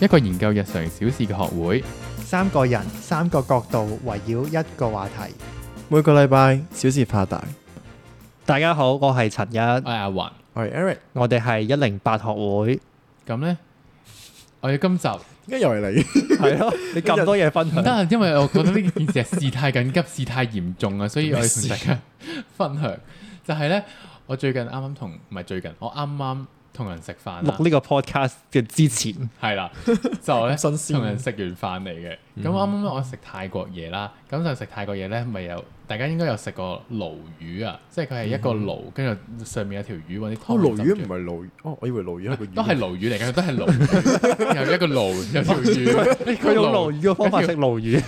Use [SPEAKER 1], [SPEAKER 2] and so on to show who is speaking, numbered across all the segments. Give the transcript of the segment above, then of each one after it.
[SPEAKER 1] 一個研究日常小事嘅學會，
[SPEAKER 2] 三個人，三個角度，圍繞一個話題。
[SPEAKER 3] 每個禮拜小事化大。
[SPEAKER 2] 大家好，我係陳一，
[SPEAKER 3] 哎
[SPEAKER 1] 我係阿雲。
[SPEAKER 3] 我係 Eric，
[SPEAKER 2] 我哋係一零八學會，
[SPEAKER 1] 咁呢，我哋今集唔
[SPEAKER 3] 點解又係你？
[SPEAKER 2] 係咯，你咁多嘢分享
[SPEAKER 1] 得，啊，因為我覺得呢件事係事態緊急、事態嚴重啊，所以我哋同大家分享就係呢，我最近啱啱同唔係最近，我啱啱同人食飯啦
[SPEAKER 2] 錄，呢個 podcast 嘅之前，
[SPEAKER 1] 係啦，就 咧
[SPEAKER 3] 新鮮
[SPEAKER 1] 同人食完飯嚟嘅。
[SPEAKER 3] 嗯
[SPEAKER 1] 咁啱啱我食泰國嘢啦，咁就食泰國嘢咧，咪有大家應該有食過鱸魚啊，即係佢係一個鱸，跟住上面有條魚揾啲
[SPEAKER 3] 嗯哦，
[SPEAKER 1] 湯
[SPEAKER 3] 鱸
[SPEAKER 1] 汁
[SPEAKER 3] 魚
[SPEAKER 1] 住
[SPEAKER 3] 唔係鱸魚，哦，我以為鱸魚係個魚。
[SPEAKER 1] 都係鱸魚嚟嘅，都係鱸魚，有一個鱸，有條魚，
[SPEAKER 2] 佢用鱸魚嘅方法食鱸魚，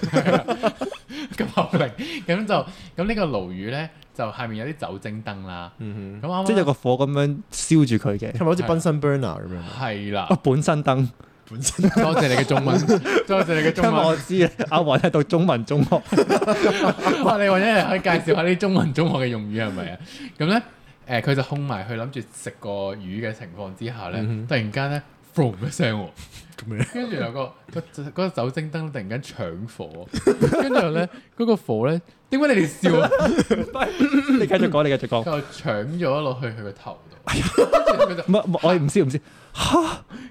[SPEAKER 1] 咁合力，咁就咁呢個鱸魚咧，就下面有啲酒精燈啦。
[SPEAKER 3] 嗯
[SPEAKER 1] 咁啱啱
[SPEAKER 2] 即係有個火咁樣燒住佢
[SPEAKER 3] 哼，
[SPEAKER 2] 嘅
[SPEAKER 3] 係咪。好似 Bunsen burner 咁樣？
[SPEAKER 1] 係啦
[SPEAKER 2] 哦，，本身燈，
[SPEAKER 3] 本身
[SPEAKER 1] 多謝你嘅中文， 多謝你嘅
[SPEAKER 2] 因
[SPEAKER 1] 中
[SPEAKER 2] 為
[SPEAKER 1] 文。
[SPEAKER 2] 我知啊阿雲係讀中文中學，
[SPEAKER 1] 哇！你揾一日可以介紹下啲中文中學嘅用語係咪啊？咁咧，誒、佢就空埋去諗住食個魚嘅情況之下
[SPEAKER 2] 嗯
[SPEAKER 1] 咧，突然間咧 f r o 一聲喎，
[SPEAKER 3] 咁樣，
[SPEAKER 1] 跟住有個個嗰個酒精燈突然間搶火，跟住咧嗰個火咧點解你哋笑啊？
[SPEAKER 2] 你繼續講，你繼續講。
[SPEAKER 1] 佢搶咗落去佢個頭
[SPEAKER 3] 哎
[SPEAKER 1] 度，跟住佢就
[SPEAKER 2] 唔係，唔係我唔知唔知，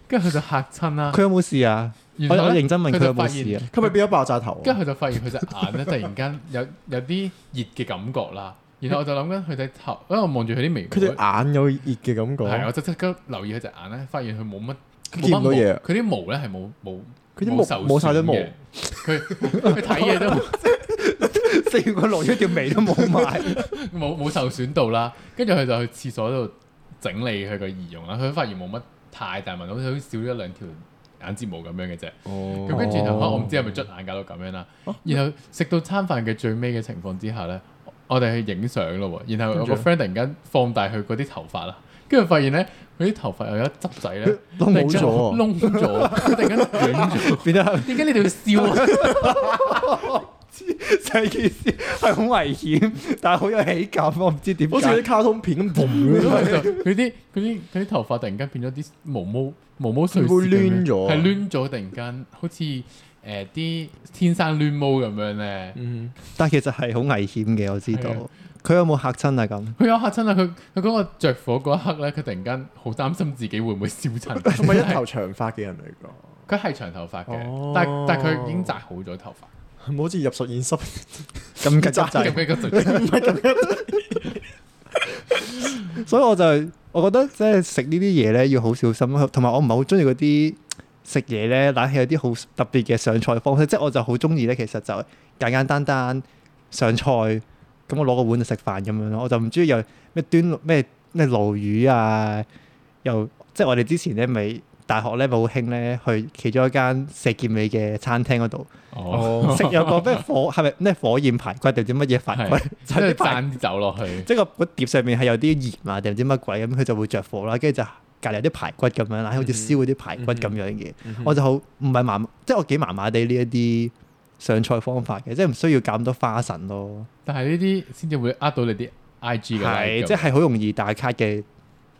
[SPEAKER 1] 跟住佢就嚇親啦。
[SPEAKER 2] 佢有冇事啊？
[SPEAKER 1] 然
[SPEAKER 2] 我
[SPEAKER 1] 後
[SPEAKER 2] 我
[SPEAKER 1] 咧
[SPEAKER 2] 認真問佢有
[SPEAKER 1] 就
[SPEAKER 2] 冇？事
[SPEAKER 1] 發現
[SPEAKER 2] 啊？
[SPEAKER 3] 佢咪變咗爆炸頭啊？
[SPEAKER 1] 跟住佢就發現佢隻眼咧，突然間有有啲熱嘅感覺啦。然後我就諗緊佢隻頭，因為我望住佢啲眉毛
[SPEAKER 3] 佢隻眼有熱嘅感
[SPEAKER 1] 係，啊
[SPEAKER 3] 覺，
[SPEAKER 1] 我即即刻留意佢隻眼咧，發現佢冇乜，
[SPEAKER 3] 佢見唔到嘢啊
[SPEAKER 1] 佢啲毛咧係冇冇，
[SPEAKER 3] 佢啲毛
[SPEAKER 1] 受
[SPEAKER 3] 冇晒
[SPEAKER 1] 損
[SPEAKER 3] 啲毛
[SPEAKER 1] 嘅佢佢睇嘢都
[SPEAKER 2] 四個鱸魚條尾都冇埋，
[SPEAKER 1] 冇冇受損到啦。跟住佢就去廁所度整理佢個儀容啦，佢都發現冇乜太大問題，好似少咗兩條眼睫毛咁樣嘅啫。咁
[SPEAKER 3] 哦，
[SPEAKER 1] 跟住就可能我唔知係咪捽眼搞到咁樣啦。然後食到餐飯嘅最尾嘅情況之下咧，我哋去影相咯喎。然後我個
[SPEAKER 3] 跟住
[SPEAKER 1] friend 突然間放大佢嗰啲頭髮啦，跟住發現咧佢啲頭髮有一執仔咧
[SPEAKER 3] 窿冇咗啊
[SPEAKER 1] 窿咗，佢突然間捲咗。
[SPEAKER 2] 變得
[SPEAKER 1] 點解你哋要笑啊？
[SPEAKER 2] 成件事係好危險，但係好有喜感，我唔知點
[SPEAKER 3] 好似
[SPEAKER 2] 解
[SPEAKER 3] 啲。卡通片咁，嘣咁樣
[SPEAKER 1] 佢啲佢啲佢啲頭髮突然間變咗啲毛毛毛毛碎屑咁樣
[SPEAKER 3] 會攣咗啊
[SPEAKER 1] 係攣咗突然間，好似誒啲天生攣毛咁樣咧。
[SPEAKER 3] 嗯
[SPEAKER 2] 但係其實係好危險嘅，我知道
[SPEAKER 1] 係啊。
[SPEAKER 2] 佢有冇嚇親啊？咁
[SPEAKER 1] 佢有嚇親啊！佢佢嗰個着火嗰一刻咧，佢突然間好擔心自己會唔會燒親。
[SPEAKER 3] 哼，係咪一頭長髮嘅人嚟㗎？
[SPEAKER 1] 佢係長頭髮嘅，
[SPEAKER 3] 哦
[SPEAKER 1] 但但佢已經紮好咗頭髮。
[SPEAKER 3] 係咪好似入實驗室？
[SPEAKER 2] 咁緊
[SPEAKER 3] 紮
[SPEAKER 1] 咁
[SPEAKER 2] 急
[SPEAKER 1] 佢個嘴
[SPEAKER 2] 掣，所以我就我覺得即係食呢啲嘢咧要好小心，同埋我唔係好中意嗰啲食嘢咧，懶係有啲好特別嘅上菜方式。即係我就好中意咧，其實就簡簡單單上菜，咁我攞個碗就食飯咁樣咯。我就唔中意有咩端咩咩鱸魚啊，又即係我哋之前咧咪。大學咧咪好興咧，去其中一間石硤尾嘅餐廳嗰度
[SPEAKER 1] 哦，
[SPEAKER 2] 食有個咩火係咪咩火焰排骨定唔知乜嘢排骨
[SPEAKER 1] 係，
[SPEAKER 2] 就
[SPEAKER 1] 即
[SPEAKER 2] 係
[SPEAKER 1] 係
[SPEAKER 2] 啲排
[SPEAKER 1] 爭啲走落去。
[SPEAKER 2] 即係個個碟上面係有啲鹽啊定唔知乜鬼咁，佢就會着火啦，跟住就隔離有啲排骨咁樣啦，好似燒嗰啲排骨咁樣嘅。
[SPEAKER 1] 嗯
[SPEAKER 2] 我就好唔係麻，即係我幾麻麻地呢一啲上菜方法嘅，即係唔需要咁多花神咯。
[SPEAKER 1] 但係呢啲先至會呃到你啲 I G 嘅 like
[SPEAKER 2] 係，
[SPEAKER 1] 咁
[SPEAKER 2] 即係好容易打卡嘅。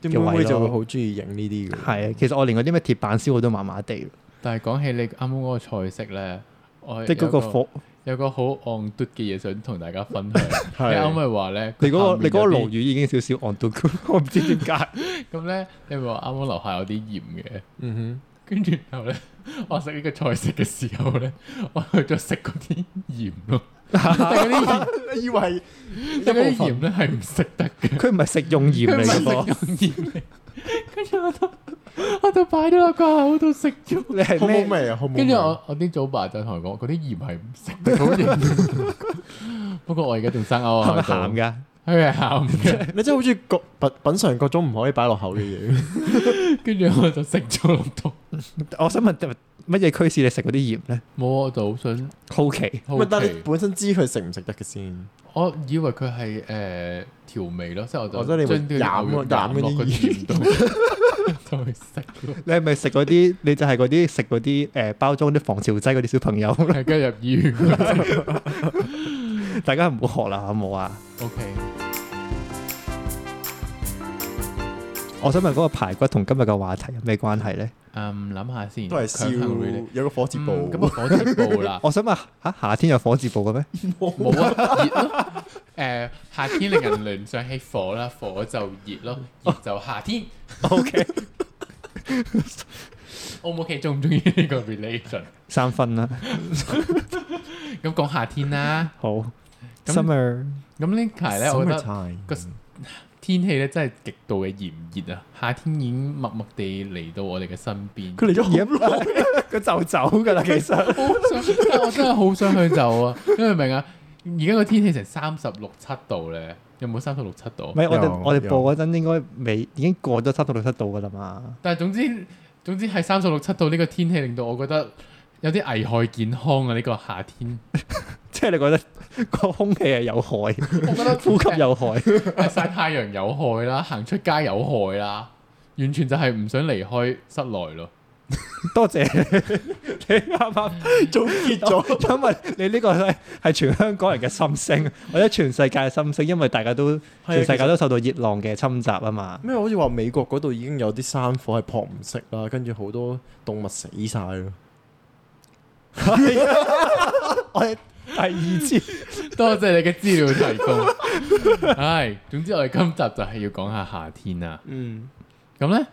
[SPEAKER 3] 啲
[SPEAKER 2] 嘅位
[SPEAKER 3] 妹妹就
[SPEAKER 2] 咯
[SPEAKER 3] 會好中意影呢啲嘅。
[SPEAKER 1] 嗯
[SPEAKER 2] 係，其實我連嗰啲咩鐵板燒我都麻麻地，
[SPEAKER 1] 但係講起你啱啱嗰個菜式咧，我
[SPEAKER 2] 即係嗰
[SPEAKER 1] 有個
[SPEAKER 2] 個火，
[SPEAKER 1] 有個好 on 嘟嘅嘢想同大家分 享。
[SPEAKER 3] 係
[SPEAKER 1] 你啊啱咪話咧，
[SPEAKER 2] 你嗰個你嗰個鱸
[SPEAKER 1] 爐
[SPEAKER 2] 魚已經少少 on 到高， 我唔知點解。
[SPEAKER 1] 咁咧，你咪話啱啱樓下有啲鹽嘅。
[SPEAKER 3] 嗯
[SPEAKER 1] 跟住然後咧，我食呢 個菜式嘅時候咧， 我去咗食嗰啲鹽 咯。但係嗰啲鹽，
[SPEAKER 3] 哼，你以為
[SPEAKER 1] 但係嗰啲鹽咧係唔食得嘅，
[SPEAKER 2] 佢唔係食用鹽
[SPEAKER 1] 佢唔係
[SPEAKER 2] 嚟嘅
[SPEAKER 1] 食
[SPEAKER 2] 噃，
[SPEAKER 1] 用鹽嚟。 跟住我都我都擺咗落個口度食咗。
[SPEAKER 2] 你係
[SPEAKER 3] 好
[SPEAKER 2] 咩
[SPEAKER 3] 冇？味啊？好冇味
[SPEAKER 1] 跟住我我啲祖爸就同我講，嗰啲鹽係唔食得，好營 養。不過我而家仲生勾
[SPEAKER 2] 係咪
[SPEAKER 1] 喺
[SPEAKER 2] 鹹
[SPEAKER 1] 度，
[SPEAKER 2] 㗎？
[SPEAKER 1] 佢係鹹嘅。
[SPEAKER 3] 你真係好中意各品品嚐各種唔可以擺落口嘅 嘢。
[SPEAKER 1] 跟住我就食咗落肚。
[SPEAKER 2] 我想問乜嘢驅使你食嗰啲鹽咧？
[SPEAKER 1] 冇，我就好想
[SPEAKER 2] 好奇，
[SPEAKER 1] 好
[SPEAKER 3] 咪啊但係
[SPEAKER 1] 奇
[SPEAKER 3] 你。本身知佢食唔食得嘅先。
[SPEAKER 1] 我以為佢係誒調味咯，即係我就
[SPEAKER 3] 我覺得你會
[SPEAKER 1] 將啲牛
[SPEAKER 3] 飲
[SPEAKER 1] 肉
[SPEAKER 3] 嗰啲
[SPEAKER 1] 落個鹽度，就去食 咯。
[SPEAKER 2] 你係咪食嗰啲？你就係嗰啲食嗰啲誒包裝啲防潮劑嗰啲小朋友，
[SPEAKER 1] 係跟住入醫院。
[SPEAKER 2] 大家唔好學啦，好冇啊！
[SPEAKER 1] O K，
[SPEAKER 2] 我想問嗰個排骨同今日嘅話題有咩關係咧？
[SPEAKER 1] 嗯，諗下先，
[SPEAKER 3] 都係
[SPEAKER 1] 強行 relate
[SPEAKER 3] 燒，有個火字部
[SPEAKER 1] 嗯咁啊火箭部啦，
[SPEAKER 2] 我想問嚇夏天有火字部嘅咩？
[SPEAKER 1] 冇啊，熱咯。誒，夏天令人聯想起火啦，火就熱咯，熱就夏天。
[SPEAKER 2] OK
[SPEAKER 1] O 唔 OK？中唔中意呢個 relation？
[SPEAKER 2] 三分啦，
[SPEAKER 1] 咁講夏天啦，
[SPEAKER 2] 好
[SPEAKER 1] 咁
[SPEAKER 2] summer
[SPEAKER 1] 咁呢排咧，我覺得
[SPEAKER 3] Summertime
[SPEAKER 1] 個天氣咧真係極度嘅炎熱啊！夏天已經默默地嚟到我哋嘅身邊。
[SPEAKER 3] 佢嚟咗
[SPEAKER 2] 而
[SPEAKER 3] 好
[SPEAKER 2] 家 佢就走噶啦，其實
[SPEAKER 1] 好想，我真係好想去就啊！你明唔明啊？而家個天氣成三十六七度咧，有冇三十六七度
[SPEAKER 2] 唔？係我
[SPEAKER 3] 有
[SPEAKER 2] 哋我哋
[SPEAKER 3] 有
[SPEAKER 2] 播嗰陣應該未已經過咗三十六七度噶啦嘛。
[SPEAKER 1] 但係總之總之係三十六七度呢個天氣令到我覺得有啲危害健康啊！呢、個夏天，
[SPEAKER 2] 即係你覺得 個空氣係 有害，
[SPEAKER 1] 我 覺得
[SPEAKER 2] 呼吸有害。
[SPEAKER 1] 誒曬太陽有害啦，行出街有害啦，完全就係唔想離開室內咯。
[SPEAKER 2] 多 謝你你啱啱
[SPEAKER 3] 總結 咗，
[SPEAKER 2] 咗，因為你呢個係係全香港人嘅心聲，或者全世界嘅心聲，因為大家都
[SPEAKER 3] 啊
[SPEAKER 2] 全世界都受到熱浪嘅侵襲 啊嘛。
[SPEAKER 3] 咩好似話美國嗰度已經有啲山火係撲唔熄啦，跟住好多動物死晒咯。
[SPEAKER 1] 啊
[SPEAKER 2] 我哋第二節
[SPEAKER 1] 多謝你嘅資料提供。 唉，總之我哋今集就係要講下夏天啊。
[SPEAKER 3] 嗯，
[SPEAKER 1] 咁咧，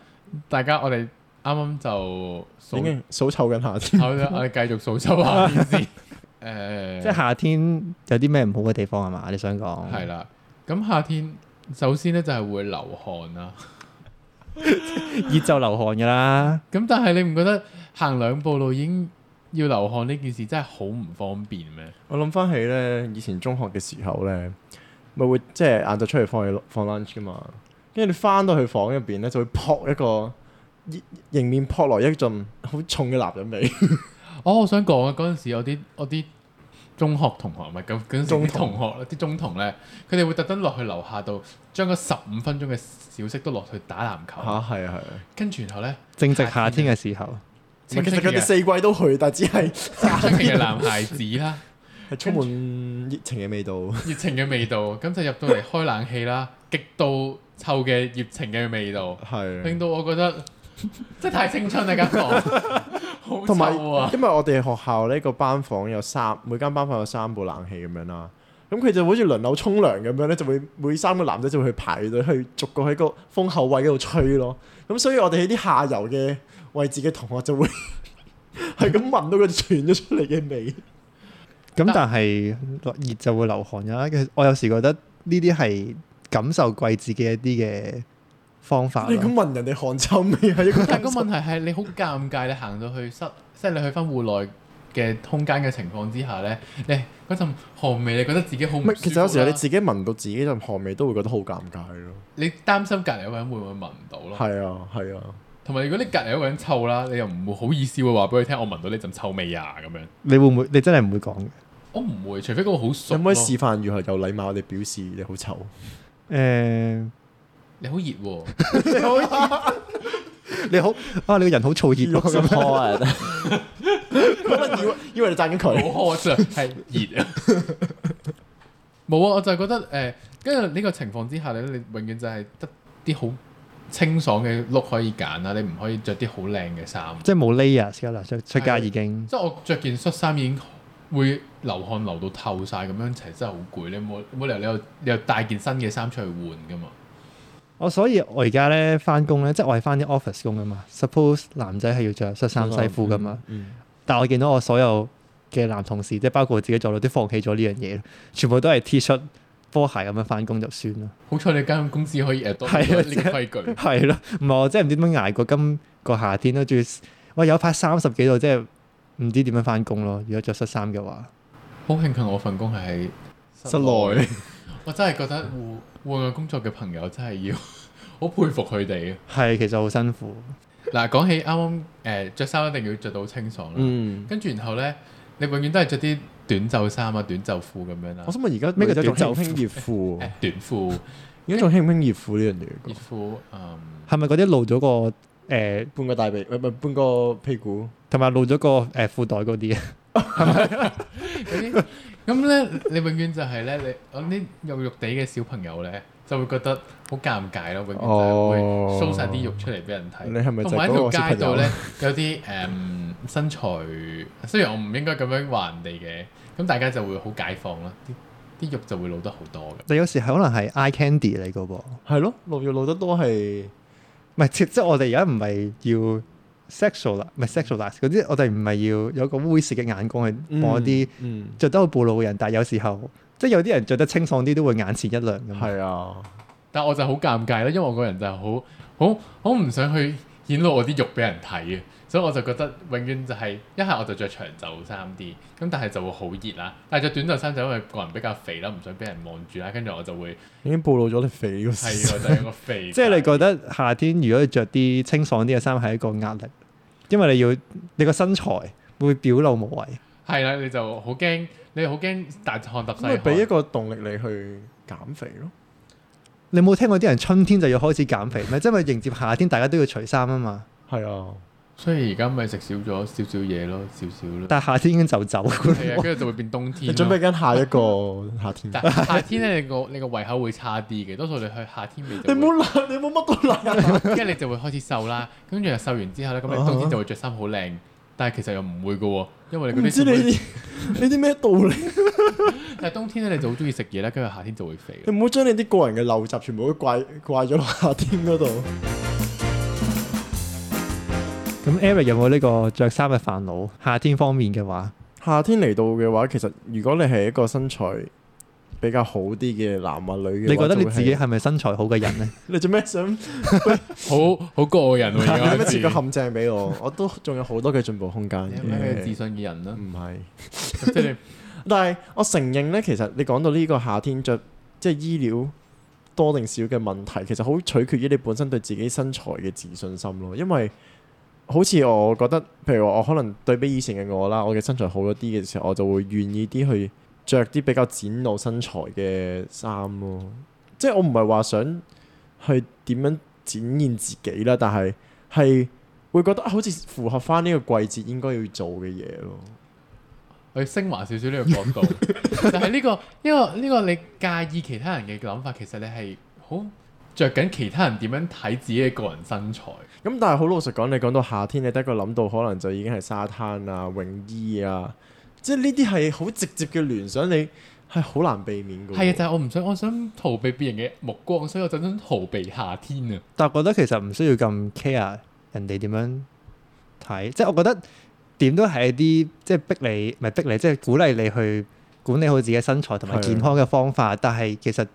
[SPEAKER 1] 大家我哋啱啱就
[SPEAKER 3] 已
[SPEAKER 1] 數
[SPEAKER 3] 經數臭緊夏天。
[SPEAKER 1] 好啦，我哋繼續數收下先 先。誒、
[SPEAKER 2] 即係夏天有啲咩唔好嘅地方係啊嘛？你想講
[SPEAKER 1] 係啦。咁夏天首先咧就係會流汗啊啦。
[SPEAKER 2] 熱就流汗㗎啦，
[SPEAKER 1] 咁但係你唔覺得行兩步路已經要流汗呢件事真係好唔方便咩？
[SPEAKER 3] 我諗翻起咧，以前中學嘅時候咧，咪會即係晏晝出去放嘢放 lunch 噶嘛，跟住你翻到去房入邊咧，就會撲一個迎迎面撲來一陣好重嘅男人味。
[SPEAKER 1] 哦，我想講啊，嗰陣時有啲我啲中學同學唔係咁嗰陣時
[SPEAKER 3] 中
[SPEAKER 1] 啲
[SPEAKER 3] 同
[SPEAKER 1] 同學啲中同咧，佢哋會特登落去樓下度將嗰十五分鐘嘅小息都落去打籃
[SPEAKER 3] 嚇，
[SPEAKER 1] 球，
[SPEAKER 3] 係 啊係啊。
[SPEAKER 1] 跟住然後咧
[SPEAKER 2] 正值夏天嘅時候，
[SPEAKER 3] 其
[SPEAKER 1] 清晰
[SPEAKER 3] 實佢哋
[SPEAKER 1] 嘅
[SPEAKER 3] 四季都去，但只係
[SPEAKER 1] 清晰嘅男孩子啦。
[SPEAKER 3] 係充滿熱情嘅味道。
[SPEAKER 1] 熱情嘅味道，咁就入到嚟開冷氣啦，極度臭嘅熱情嘅味 道，令
[SPEAKER 3] 係，啊
[SPEAKER 1] 到我覺得 真係太青春啦間房，好
[SPEAKER 3] 同埋
[SPEAKER 1] 臭啊！
[SPEAKER 3] 因為我哋學校呢個班房有三，每間班房有三部冷氣咁樣啦。咁佢就好似輪流沖涼咁樣咧，就會每三個男仔就會去排隊去逐個喺個風後位嗰度吹咯。咁所以我哋喺啲下游嘅位置嘅同學就會 係咁聞到佢哋傳咗出嚟嘅味。
[SPEAKER 2] 咁
[SPEAKER 1] 但
[SPEAKER 2] 但係熱就會流汗㗎啦。其實我有時覺得呢啲係感受季節嘅一啲嘅方法
[SPEAKER 3] 你
[SPEAKER 2] 咯
[SPEAKER 3] 咁聞人哋汗臭味啊係一 個
[SPEAKER 1] 但係個問題係你好尷尬，你行到去室，即係你去翻戶內嘅空間嘅情況之下咧，你嗰陣汗味，你覺得自己好唔
[SPEAKER 3] 唔
[SPEAKER 1] 舒服
[SPEAKER 3] 係
[SPEAKER 1] 啦
[SPEAKER 3] 其實有時候你自己聞到自己陣汗味都會覺得好尷尬咯。
[SPEAKER 1] 你擔心隔離嗰個人會唔會聞到咯，
[SPEAKER 3] 係啊，係啊。
[SPEAKER 1] 同埋如果你隔離嗰個人臭啦，你又唔會好意思會話俾佢聽，我聞到呢陣臭味啊咁樣，
[SPEAKER 2] 你會唔會？你真係唔會講嘅。
[SPEAKER 1] 我唔會，除非嗰個好熟
[SPEAKER 3] 可唔
[SPEAKER 1] 咯
[SPEAKER 3] 可以，示範如何有禮貌地表示你好臭？
[SPEAKER 2] 誒，
[SPEAKER 1] 你好熱喎。
[SPEAKER 2] 你好啊！你個人好燥熱喎咁樣。
[SPEAKER 3] 汗，可能以為以為你讚緊佢，
[SPEAKER 1] 好 hot 啊，係熱啊。冇啊，我就係覺得誒，跟住呢個情況之下咧，你永遠就係得啲好清爽嘅 look 可以揀啊啦，你唔可以着啲好靚嘅衫。
[SPEAKER 2] 即係冇 layers 噶啦，出出街已經。
[SPEAKER 1] 即係我着件恤衫已經會流汗流到透晒咁樣，其實真係好攰。你冇冇理由你又你又帶件新嘅衫出去換噶嘛？
[SPEAKER 2] 我哦所以我而家咧翻工咧，即係我係翻啲 office 工噶嘛。Suppose 男仔係要着恤衫西褲噶嘛，
[SPEAKER 3] 嗯，
[SPEAKER 2] 但我見到我所有嘅男同事，即係包括我自己在內，都放棄咗呢樣嘢，全部都係 T 恤、波鞋咁樣翻工就算啦。
[SPEAKER 1] 好彩你間公司可以誒多咗
[SPEAKER 2] 係啊
[SPEAKER 1] 呢個規矩。
[SPEAKER 2] 係咯，唔係我真係唔知點樣捱過今個夏天咯，仲要喂有排三十幾度，即係唔知點樣翻工咯。如果着恤衫嘅話，
[SPEAKER 1] 好慶幸我份工係喺
[SPEAKER 3] 室內
[SPEAKER 1] 我真係覺得戶戶外工作嘅朋友真係要 好佩服佢哋啊！
[SPEAKER 2] 係其實好辛苦。
[SPEAKER 1] 嗱，講起啱啱誒著衫一定要着到清爽啦，
[SPEAKER 3] 嗯，
[SPEAKER 1] 跟住然後咧，你永遠都係着啲短袖衫啊、短袖褲咁樣啦
[SPEAKER 3] 我，想問而家
[SPEAKER 2] 咩叫
[SPEAKER 3] 仲
[SPEAKER 2] 短袖
[SPEAKER 3] 興唔興熱
[SPEAKER 1] 誒
[SPEAKER 3] 褲？
[SPEAKER 1] 短褲、
[SPEAKER 3] 而家仲興唔興熱褲呢樣
[SPEAKER 1] 熱
[SPEAKER 3] 嘢？
[SPEAKER 1] 褲， 嗯，
[SPEAKER 2] 係咪嗰啲露咗個誒
[SPEAKER 3] 半個大髀，唔係半個屁股，
[SPEAKER 2] 同埋露咗個誒、呃、褲袋嗰啲啊，
[SPEAKER 1] 哦嗰啲咁咧，你永遠就係咧，你我啲肉肉地嘅小朋友咧，就會覺得好尷尬咯，永遠就係會
[SPEAKER 3] 哦
[SPEAKER 1] show 晒啲肉出嚟俾人睇。
[SPEAKER 3] 你係咪就
[SPEAKER 1] 同
[SPEAKER 3] 係
[SPEAKER 1] 埋
[SPEAKER 3] 嗰
[SPEAKER 1] 喺
[SPEAKER 3] 個
[SPEAKER 1] 條
[SPEAKER 3] 小
[SPEAKER 1] 街
[SPEAKER 3] 朋
[SPEAKER 1] 度
[SPEAKER 3] 友
[SPEAKER 1] 咧，有啲誒、嗯身材，雖然我唔應該咁樣話人哋嘅，咁大家就會好解放啦，啲啲肉就會露得好多嘅。
[SPEAKER 2] 但有時可能係 eye candy 嚟嘅噃，唔
[SPEAKER 3] 係咯，露要露得多係
[SPEAKER 2] 係即即係我哋而家唔係要 sexual 啦，唔係 sexual 啦，嗰啲我哋唔係要有個猥褻嘅眼光去望一啲
[SPEAKER 3] 嗯
[SPEAKER 2] 着得好暴露嘅人，但係有時候即係有啲人着得清爽啲都會眼前一亮咁。
[SPEAKER 3] 係啊，
[SPEAKER 1] 但我就好尷尬啦，因為我個人就係好好好唔想去顯露我啲肉俾人睇嘅，所以我就覺得永遠就係、一係我就着長袖衫啲，咁但係就會好熱啦。但係着短袖衫就因為個人比較肥啦，唔想俾人望住啦，跟住我就 會
[SPEAKER 3] 已經暴露咗你肥個事
[SPEAKER 1] 係我 啊就係一個肥仔。
[SPEAKER 2] 即係你覺得夏天如果你着啲清爽啲嘅衫係一個壓力，因為你要你個身材會表露無遺。
[SPEAKER 1] 係啦，你就好驚，你好驚大汗揼
[SPEAKER 3] 咁咪
[SPEAKER 1] 細
[SPEAKER 3] 俾一
[SPEAKER 1] 汗。
[SPEAKER 3] 個動力你去減肥咯。
[SPEAKER 2] 你冇聽過啲人春天就要開始減肥咩？即係咪迎接夏天大家都要除衫啊嘛？
[SPEAKER 3] 係啊，
[SPEAKER 1] 所以而家咪食少咗少少嘢咯，少少咯。
[SPEAKER 2] 但係夏天已經就走。
[SPEAKER 1] 係啊，跟住就會變冬
[SPEAKER 3] 你
[SPEAKER 1] 天
[SPEAKER 3] 準備
[SPEAKER 1] 咯。
[SPEAKER 3] 緊下一個夏 天。
[SPEAKER 1] 但夏天咧，你個你個胃口會差啲嘅，多數你去夏天味就
[SPEAKER 3] 你
[SPEAKER 1] 會
[SPEAKER 3] 冇懶，你冇乜都啊懶。
[SPEAKER 1] 跟住你就會開始瘦啦，跟住又瘦完之後咧，咁你冬天就會着衫好靚，但係其實又唔會嘅喎，因為你
[SPEAKER 3] 唔
[SPEAKER 1] 嗰啲
[SPEAKER 3] 知你啲你啲咩道理？
[SPEAKER 1] 但係冬天咧你就好中意食嘢啦，跟住夏天就會肥。
[SPEAKER 3] 你唔好將你啲個人嘅陋習全部都怪怪咗落夏天嗰度。
[SPEAKER 2] 咁 Eric 有冇呢個着衫嘅煩惱？夏天方面嘅話，
[SPEAKER 3] 夏天嚟到嘅話，其實如果你係一個身材比較好啲嘅男或女嘅話，
[SPEAKER 2] 你覺得你
[SPEAKER 3] 就會係
[SPEAKER 2] 自己係咪身材好嘅 人呢？
[SPEAKER 3] 你做咩想
[SPEAKER 1] 好好個人喎，而家
[SPEAKER 3] 你
[SPEAKER 1] 好
[SPEAKER 3] 乜
[SPEAKER 1] 似
[SPEAKER 3] 設個陷阱俾我？我都仲有好多嘅進步空間
[SPEAKER 1] 你
[SPEAKER 3] 嘅
[SPEAKER 1] 係咪一個自信嘅人啦？
[SPEAKER 3] 唔係，
[SPEAKER 1] 即係 你
[SPEAKER 3] 但係我承認咧，其實你講到呢個夏天着即係衣料多定少嘅問題，其實好取決於你本身對自己身材嘅自信心咯。因為好似我覺得，譬如話我可能對比以前嘅我啦，我嘅身材好咗啲嘅時候，我就會願意啲去着啲比較展露身材嘅衫咯。即係我唔係話想去點樣展現自己啦，但係係會覺得啊好似符合翻呢個季節應該要做嘅嘢咯。
[SPEAKER 1] 去升華少少呢個角度，就係呢個呢個呢個你介意其他人嘅諗法，其實你係好着緊其他人點樣睇自己嘅個人身材。
[SPEAKER 3] 咁但係好老實講，你講到夏天，你得一個諗到可能就已經係沙灘啊、泳衣啊，即係呢啲係好直接嘅聯想，你係好難避免嘅喎。
[SPEAKER 1] 係啊，就係我唔想，我想逃避別人嘅目光，所以我就想逃避夏天啊。
[SPEAKER 2] 但我覺得其實唔需要咁 care 人哋點樣睇，即係我覺得點都係一啲即係逼你，唔係逼你，即係鼓勵你去管理好自己身材同埋
[SPEAKER 3] 係啊
[SPEAKER 2] 健康嘅方法。但係其實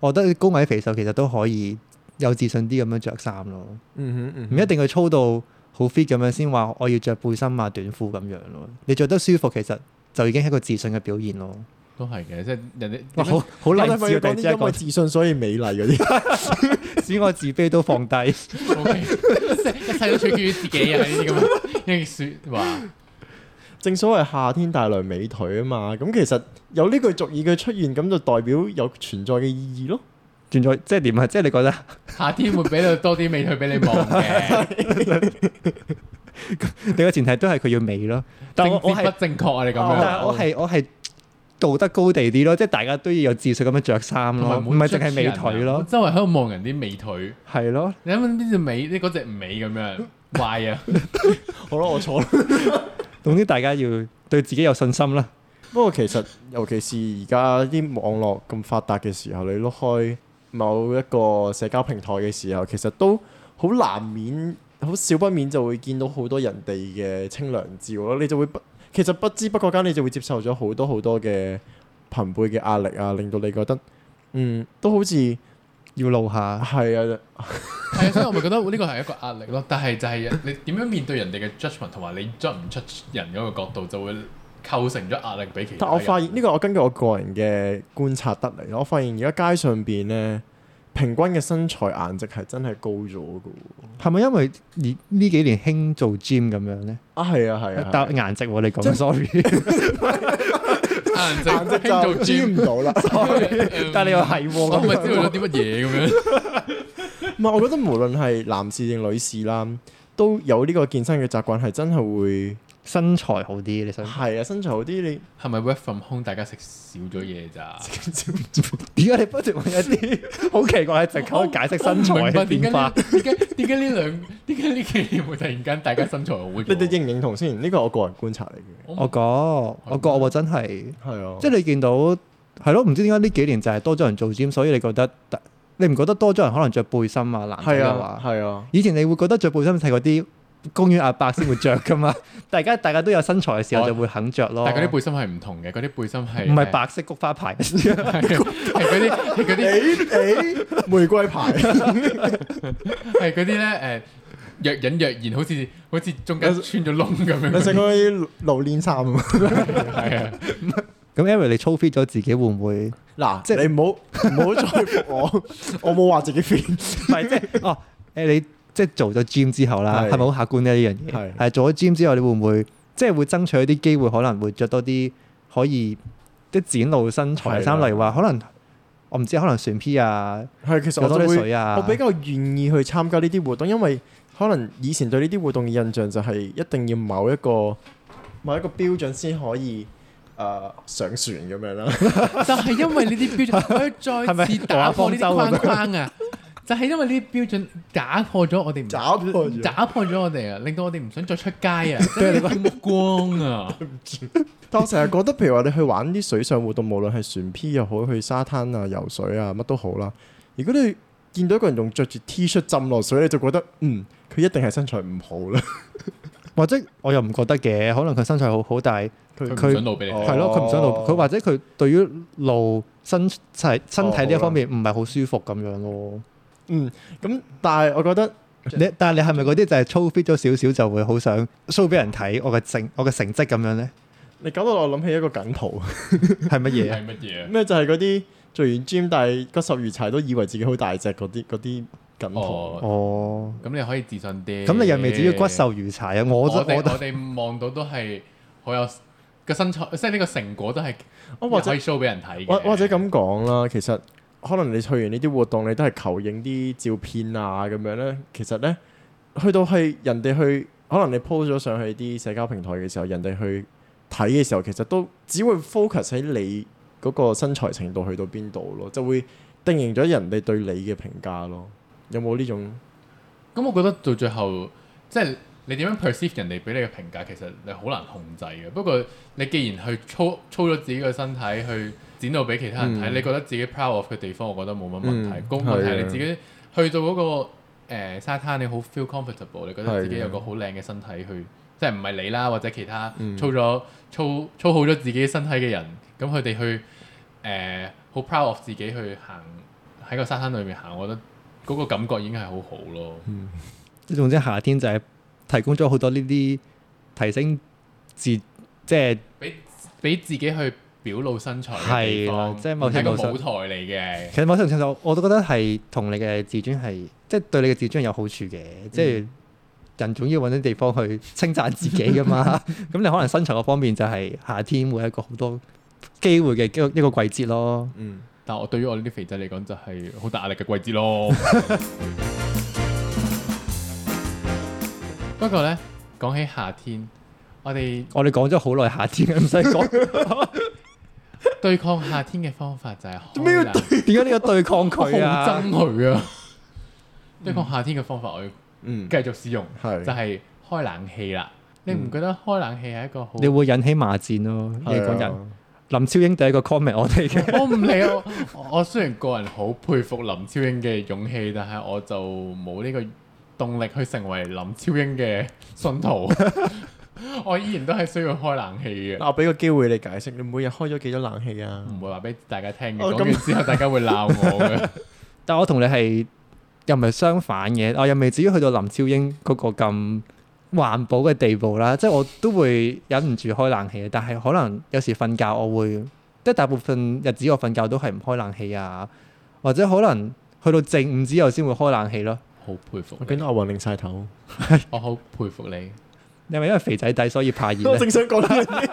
[SPEAKER 2] 我覺得高矮肥瘦其實都可以有自信啲咁樣着衫咯，
[SPEAKER 3] 嗯哼嗯
[SPEAKER 2] 唔
[SPEAKER 3] 哼
[SPEAKER 2] 一定要操到好 fit 咁樣先話我要着背心啊短褲咁樣咯。你着得舒服，其實就已經係一個自信嘅表現咯。
[SPEAKER 1] 都係嘅，即係人哋
[SPEAKER 2] 哇，好好
[SPEAKER 3] 我
[SPEAKER 2] 勵
[SPEAKER 3] 哋咪
[SPEAKER 2] 志
[SPEAKER 3] 要
[SPEAKER 2] 啊！突
[SPEAKER 3] 講
[SPEAKER 2] 然之間
[SPEAKER 3] 啲因為
[SPEAKER 2] 講，
[SPEAKER 3] 自信所以美麗嗰 啲，
[SPEAKER 2] 使我自卑都放低。
[SPEAKER 1] O K，即係一切都取決於自己啊！呢啲咁樣嘅説話，
[SPEAKER 3] 正所謂夏天帶來美腿啊嘛。咁其實有呢句俗語嘅出現，咁就代表有存在嘅意義咯。
[SPEAKER 2] 轉咗 即係點啊？即係你覺得？
[SPEAKER 1] 夏天會俾到多啲美腿俾你望嘅，
[SPEAKER 2] 你個前提都係佢要美咯。但我
[SPEAKER 1] 政
[SPEAKER 2] 我
[SPEAKER 1] 治
[SPEAKER 2] 係
[SPEAKER 1] 不，正確啊！你咁樣，
[SPEAKER 2] 但係我係我係道德高地啲咯，即係大家都要有自信咁樣着衫咯，唔
[SPEAKER 1] 同埋
[SPEAKER 2] 係淨係美
[SPEAKER 1] 啊我
[SPEAKER 2] 腿咯，
[SPEAKER 1] 周圍喺度望人啲美腿，
[SPEAKER 2] 係咯。
[SPEAKER 1] 你諗邊只美？呢嗰只唔美咁樣壞啊！
[SPEAKER 3] 好啦，我錯啦。
[SPEAKER 2] 總之大家要對自己有信心啦。
[SPEAKER 3] 不過其實尤其是而家啲網絡咁發達嘅時候，你碌開某一個社交平台嘅時候，其實都好難免，好少不免就會見到好多人哋嘅清涼照咯。你就會不其實不知不覺間，你就會接受咗好多好多嘅朋輩嘅壓力啊，令到你覺得嗯都好似
[SPEAKER 2] 要露下，
[SPEAKER 3] 係啊，
[SPEAKER 1] 係啊，所以我咪覺得呢個係一個壓力咯。但係就係你點樣面對人哋嘅 judgment 同埋你 judge 唔出人嗰個角度，就會構成咗壓力俾其他
[SPEAKER 3] 但
[SPEAKER 1] 人。
[SPEAKER 3] 我發現呢、個我根據我個人嘅觀察得嚟咯，我發現而家街上邊咧平均嘅身材顏值係真係高咗嘅喎。
[SPEAKER 2] 係咪因為呢呢幾年興做 gym 咁樣咧？
[SPEAKER 3] 啊，係啊，係啊，係啊
[SPEAKER 2] 但顏值喎，你
[SPEAKER 3] 即
[SPEAKER 2] 講
[SPEAKER 3] 係
[SPEAKER 2] sorry，
[SPEAKER 1] 顏值
[SPEAKER 3] 顏值
[SPEAKER 1] 興做
[SPEAKER 3] 就
[SPEAKER 1] gym，
[SPEAKER 3] 唔到啦。
[SPEAKER 1] 嗯
[SPEAKER 2] 但你又係喎
[SPEAKER 1] 我
[SPEAKER 2] 咁
[SPEAKER 1] 咪
[SPEAKER 2] 樣
[SPEAKER 1] 知道咗啲乜嘢咁樣。
[SPEAKER 3] 唔係，我覺得無論係男士定女士啦，都有呢個健身嘅習慣，係真係會
[SPEAKER 2] 身材好啲，你想
[SPEAKER 3] 係啊，身材好啲你
[SPEAKER 1] 係咪 work from home 大家食少咗嘢咋？
[SPEAKER 2] 點解你不斷揾一啲好奇怪嘅藉口 去解釋身材
[SPEAKER 1] 我唔明白
[SPEAKER 2] 嘅
[SPEAKER 1] 點解
[SPEAKER 2] 變
[SPEAKER 1] 呢
[SPEAKER 2] 化？
[SPEAKER 1] 點解點解呢兩點解呢幾年會突然間大家身材好咗？
[SPEAKER 3] 你哋認唔認同先？呢個我個人觀察嚟
[SPEAKER 1] 哦
[SPEAKER 3] 嘅，
[SPEAKER 2] 我覺我覺我真係，
[SPEAKER 3] 係啊，
[SPEAKER 2] 即係你見到係咯，唔知點解呢幾年就係多咗人做 gym，所以你覺得你唔覺得多咗人可能着背心啊男仔
[SPEAKER 3] 係
[SPEAKER 2] 嘅
[SPEAKER 3] 啊
[SPEAKER 2] 話，，
[SPEAKER 3] 係啊，
[SPEAKER 2] 以前你會覺得着背心係嗰啲公園阿伯先會着 噶嘛，大家大家都有身材嘅時候
[SPEAKER 1] 我
[SPEAKER 2] 就會肯着咯。
[SPEAKER 1] 哦但係嗰啲背心係唔同嘅，嗰啲背心係
[SPEAKER 2] 唔係白色菊 花牌，
[SPEAKER 1] 係係嗰啲係嗰啲
[SPEAKER 3] 誒 誒，玫瑰牌
[SPEAKER 1] 係嗰啲咧誒若隱若現，好似好似中間穿咗窿咁
[SPEAKER 3] 你
[SPEAKER 1] 樣。
[SPEAKER 3] 食嗰啲露鏈衫啊嘛。
[SPEAKER 1] 係啊，
[SPEAKER 2] 咁 Eric 你操 fit 咗自己會唔會？
[SPEAKER 3] 嗱，
[SPEAKER 2] 即
[SPEAKER 3] 即
[SPEAKER 2] 係
[SPEAKER 3] 係你唔好唔好再服 我，我冇話自己 fit，
[SPEAKER 2] 唔係即係哦誒你即係做咗 gym 之後啦，
[SPEAKER 3] 係
[SPEAKER 2] 係咪好客觀呢？呢樣嘢
[SPEAKER 3] 係
[SPEAKER 2] 係做咗 gym 之後，你會唔會即係會爭取一啲機會，可能會着多啲可以即係展露身材嘅衫，
[SPEAKER 3] 係啦
[SPEAKER 2] 例如話可能我唔知可能船 P 啊，
[SPEAKER 3] 係其實
[SPEAKER 2] 有
[SPEAKER 3] 我
[SPEAKER 2] 多
[SPEAKER 3] 就
[SPEAKER 2] 啲
[SPEAKER 3] 會，
[SPEAKER 2] 水啊，
[SPEAKER 3] 我比較願意去參加呢啲活動，因為可能以前對呢啲活動嘅印象就係一定要某一個某一個標準先可以誒上船咁 樣啦。
[SPEAKER 1] 就係因為呢啲標準，
[SPEAKER 2] 係
[SPEAKER 1] 佢
[SPEAKER 2] 咪
[SPEAKER 1] 再次打破呢啲
[SPEAKER 2] 華
[SPEAKER 1] 框
[SPEAKER 2] 方舟
[SPEAKER 1] 框啊！就係因為呢啲標準打破咗我哋唔
[SPEAKER 3] 打破 咗
[SPEAKER 1] 打破咗我哋啊，令到我哋唔想再出街啊，真係目光啊！
[SPEAKER 3] 但我成日覺得，譬如話你去玩啲水上活動，無論係船 P 又好，去沙灘啊、游水啊，乜都好啦。如果你見到一個人仲着住 T 恤浸落水，你就覺得嗯，佢一定係身材唔好啦。
[SPEAKER 2] 或者我又唔覺得嘅，可能佢身材好好，但係
[SPEAKER 1] 佢
[SPEAKER 2] 佢
[SPEAKER 1] 唔想露俾你睇
[SPEAKER 3] 哦
[SPEAKER 2] 係咯，佢唔想露，佢或者佢對於露身身身體呢一方面唔哦係好舒服咁樣咯。
[SPEAKER 3] 嗯，咁但係我覺得
[SPEAKER 2] 你但係你係咪嗰啲就係操 fit 咗少少就會好想 show 俾人睇我嘅成我嘅成績咁樣咧？
[SPEAKER 3] 你搞到我諗起一個梗圖，
[SPEAKER 2] 係乜嘢啊？
[SPEAKER 1] 係乜嘢啊？
[SPEAKER 3] 咩就係嗰啲做完 gym 但係個十魚柴都以為自己好大隻嗰啲嗰啲梗圖。
[SPEAKER 1] 哦，
[SPEAKER 2] 哦，
[SPEAKER 1] 咁你可以自信啲。
[SPEAKER 2] 咁你又未至於骨瘦如柴啊？我
[SPEAKER 1] 我
[SPEAKER 2] 就
[SPEAKER 1] 哋
[SPEAKER 2] 我
[SPEAKER 1] 我哋望到都係好有個身材，即係呢個成果都係
[SPEAKER 3] 哦，或者
[SPEAKER 1] 可以 show 俾人睇嘅
[SPEAKER 3] 或或者咁講啦，其實可能你去完呢啲活動，你都係求影啲照片啊咁樣咧。其實咧，去到係人哋去，可能你 po 咗上去啲社交平台嘅時候，人哋去睇嘅時候，其實都只會 focus 喺你嗰個身材程度去到邊度咯，就會定型咗人哋對你嘅評價咯。有冇呢種？
[SPEAKER 1] 咁我覺得到最後，即係你點樣 perceive 人哋俾你嘅評價，其實你好難控制嘅。不過你既然去操操咗自己嘅身體去展露俾其他人睇，
[SPEAKER 3] 嗯
[SPEAKER 1] 你覺得自己 proud of 嘅地方，我覺得冇乜問題。
[SPEAKER 3] 嗯
[SPEAKER 1] 公問題
[SPEAKER 3] 係啊
[SPEAKER 1] 你自己去到嗰、個、呃、沙灘，你好 feel comfortable，你覺得自己
[SPEAKER 3] 係啊
[SPEAKER 1] 有個好靚嘅身體去，即係唔係你啦，或者其他
[SPEAKER 3] 嗯
[SPEAKER 1] 操咗操操好咗自己身體嘅人，咁佢哋去誒好 proud of 自己去行喺個沙灘裏面行，我覺得嗰個感覺已經係好好咯。
[SPEAKER 2] 即係總之夏天就係提供咗好多呢啲提升自即係
[SPEAKER 1] 俾俾自己去表露身材嘅地
[SPEAKER 2] 係啦
[SPEAKER 1] 方，
[SPEAKER 2] 即係
[SPEAKER 1] 唔
[SPEAKER 2] 某
[SPEAKER 1] 係
[SPEAKER 2] 程
[SPEAKER 1] 個
[SPEAKER 2] 度上
[SPEAKER 1] 舞台嚟嘅。
[SPEAKER 2] 其實某程度上就我都覺得係同你嘅自尊係即係對你嘅自尊有好處嘅，即
[SPEAKER 3] 嗯
[SPEAKER 2] 係人總要揾啲地方去稱讚自己噶 嘛。咁你可能身材嗰方面就係夏天會係一個好多機會嘅一個一個季節咯。
[SPEAKER 3] 嗯，
[SPEAKER 1] 但我對於我呢啲肥仔嚟講，就係好大壓力嘅季節 咯。不過呢，講起夏天，我哋
[SPEAKER 2] 我哋講咗好耐夏天，唔使講。
[SPEAKER 1] 對抗夏天嘅方法就係
[SPEAKER 3] 做 咩要
[SPEAKER 1] 對
[SPEAKER 2] 點解呢個對抗佢
[SPEAKER 1] 好
[SPEAKER 2] 啊嗯
[SPEAKER 1] 憎？佢啊！對抗夏天嘅方法，我要
[SPEAKER 3] 嗯，
[SPEAKER 1] 繼續使用，
[SPEAKER 3] 係
[SPEAKER 1] 就係開冷氣啦。你唔覺得開冷氣係一個好？
[SPEAKER 2] 你會引起罵戰咯，你
[SPEAKER 3] 係啊
[SPEAKER 2] 講人。林超英第一個 comment 我哋嘅，
[SPEAKER 1] 我唔理我，我雖然個人好佩服林超英嘅勇氣，但係我就冇呢個動力去成為林超英嘅信 徒。我依然都係需要開冷氣嘅，
[SPEAKER 3] 嗱我俾個機會你解釋，你每日開咗幾多冷氣啊？
[SPEAKER 1] 唔會話俾大家聽嘅。
[SPEAKER 3] 哦
[SPEAKER 1] 講
[SPEAKER 3] 咁
[SPEAKER 1] 完之後，大家會鬧我嘅。
[SPEAKER 2] 但我同你係又唔係相反嘅，哦我又未至於去到林超英嗰個咁環保嘅地步啦，即係我都會忍唔住開冷氣嘅，但係可能有時瞓覺我會，即係大部分日子我瞓覺都係唔開冷氣啊，或者可能去到正午之後先會開冷氣咯。
[SPEAKER 1] 好佩 服
[SPEAKER 3] 我見
[SPEAKER 1] 你，
[SPEAKER 3] 到阿雲擰晒頭，
[SPEAKER 1] 我好佩服你。
[SPEAKER 2] 你係咪因為肥仔底所以怕熱
[SPEAKER 3] 我
[SPEAKER 2] 咧？
[SPEAKER 3] 正想講呢樣嘢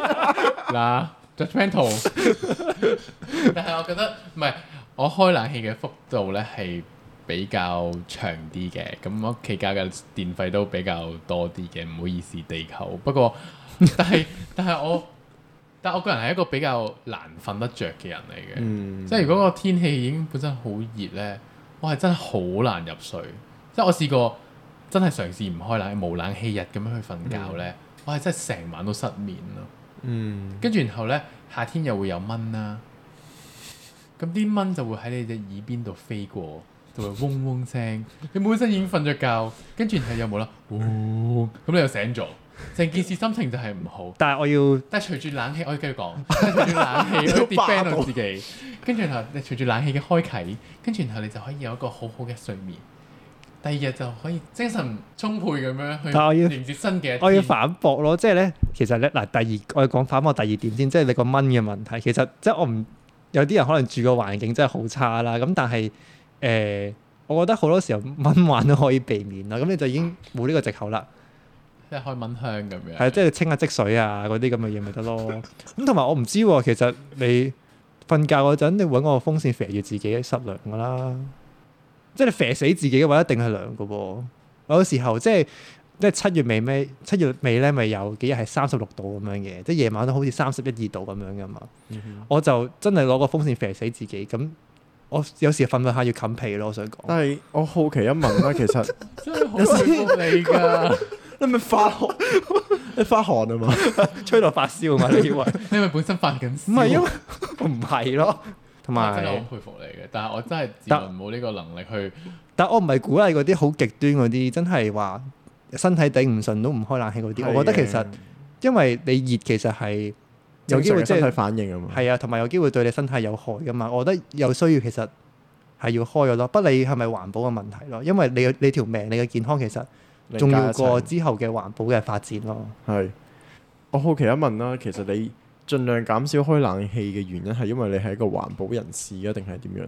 [SPEAKER 1] 嗱 j u d g m e n t a l 但係我覺得唔係，我開冷氣嘅幅度咧係比較長啲嘅，咁屋企交嘅電費都比較多啲嘅，唔好意思地球。不過，但係但係我但係我個人係一個比較難瞓得着嘅人嚟嘅，
[SPEAKER 3] 嗯，
[SPEAKER 1] 即係如果個天氣已經本身好熱咧，我係真係好難入睡。即係我試過真係嘗試唔開冷氣、無冷氣日咁樣去瞓覺咧，我係真係成晚都失眠啊咯。
[SPEAKER 3] 嗯，
[SPEAKER 1] 跟住然後咧，夏天又會有蚊啦，咁啲蚊就會喺你隻耳邊度飛過，就會嗡嗡聲。你本身已經瞓咗覺，跟住然後又冇啦，嗡咁你又醒咗，成件事心情就係唔好。
[SPEAKER 2] 但係我要
[SPEAKER 1] 但係隨住冷氣，我要繼續講，但係隨住 冷氣，我要 defend 我自己。跟住然後你隨住冷氣嘅開啟，跟住然後你就可以有一個好好嘅睡眠。第二日就可以精神充沛咁
[SPEAKER 2] 但我
[SPEAKER 1] 樣
[SPEAKER 2] 要
[SPEAKER 1] 去迎接新嘅一天。
[SPEAKER 2] 我要反駁咯，即係咧，其實咧嗱，第二我要講反駁第二點先，即係你個蚊嘅問題。其實即係我唔有啲人可能住個環境真係好差啦，咁但係誒、呃我覺得好多時候蚊患都可以避免啦，咁你就已經冇呢個藉口啦。
[SPEAKER 1] 即係開蚊香咁樣。
[SPEAKER 2] 係即係清下積水啊嗰啲咁嘅嘢咪得咯。 咁同埋我唔知喎，其實你瞓覺嗰陣，你揾個風扇射住自己濕涼噶啦。即係你射死自己嘅話，一定係涼噶噃。有時候即係即係七月尾咩？七月尾咧咪有幾日係三十六度咁樣嘅，即係夜晚都好似三十一二度咁樣噶嘛。
[SPEAKER 3] 嗯
[SPEAKER 2] 我就真係攞個風扇射死自己咁。我有時瞓瞓下要冚被咯，我想講。
[SPEAKER 3] 但係我好奇一問啦，其實
[SPEAKER 1] 真係好佩服你 㗎！
[SPEAKER 3] 你咪發汗， 你發汗啊嘛？
[SPEAKER 2] 吹到發燒嘛？你以為？唔
[SPEAKER 1] 你係咪本身發緊燒
[SPEAKER 2] 係因為我 唔係咯， 同
[SPEAKER 1] 我
[SPEAKER 2] 埋
[SPEAKER 1] 真。係好佩服你嘅，但係我真係自問冇呢個能力去。
[SPEAKER 2] 但我唔係鼓勵嗰啲好極端嗰啲，真係話身體頂唔順都唔開冷氣嗰
[SPEAKER 3] 啊
[SPEAKER 2] 啲。我覺得其實因為你熱其實係有機會即
[SPEAKER 3] 正常嘅身體
[SPEAKER 2] 係
[SPEAKER 3] 反應啊嘛。
[SPEAKER 2] 係啊，同埋有機會對你身體有害噶嘛。我覺得有需要其實係要開咗咯，不理係咪環保嘅問題咯。因為你你條命、你嘅健康其實
[SPEAKER 3] 另
[SPEAKER 2] 仲
[SPEAKER 3] 加
[SPEAKER 2] 要
[SPEAKER 3] 一層
[SPEAKER 2] 過之後嘅環保嘅發展咯。
[SPEAKER 3] 係，我好奇一問啦，其實你盡量減少開冷氣嘅原因係因為你係一個環保人士啊，定係點樣？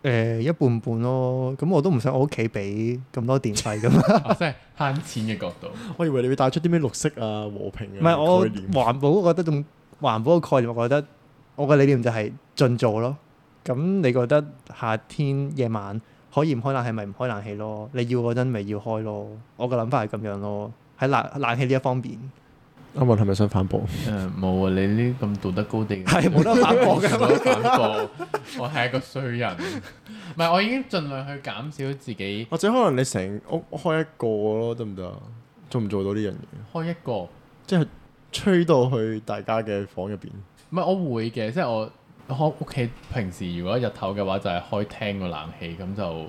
[SPEAKER 2] 誒、一半半咯，咁我都唔想我屋企俾咁多電費噶嘛。
[SPEAKER 1] 啊即係慳錢嘅角度，
[SPEAKER 3] 我以為你會帶出啲咩綠色啊、和平啊
[SPEAKER 2] 唔係我
[SPEAKER 3] 概念
[SPEAKER 2] 環保，我覺得仲環保嘅概念，我覺得我嘅理念就係盡做咯。咁你覺得夏天夜晚可以唔開冷氣咪唔開冷氣咯？你要嗰陣咪要開咯。我嘅諗法係咁樣咯。喺冷冷氣呢一方面
[SPEAKER 3] 阿雲係咪想反駁？
[SPEAKER 1] 誒冇啊！你呢咁道德高地嘅
[SPEAKER 2] 係冇得反駁
[SPEAKER 1] 冇
[SPEAKER 2] 嘅。
[SPEAKER 1] 得反駁，我係一個衰人。唔係，我已經盡量去減少自己
[SPEAKER 3] 或者可能你成屋開一個咯，得唔得啊？做唔做到呢樣嘢？
[SPEAKER 1] 開一個，唔
[SPEAKER 3] 即係吹到去大家嘅房入邊。
[SPEAKER 1] 係我會嘅，即係我我屋企平時如果日頭嘅話就係開廳個冷氣，咁就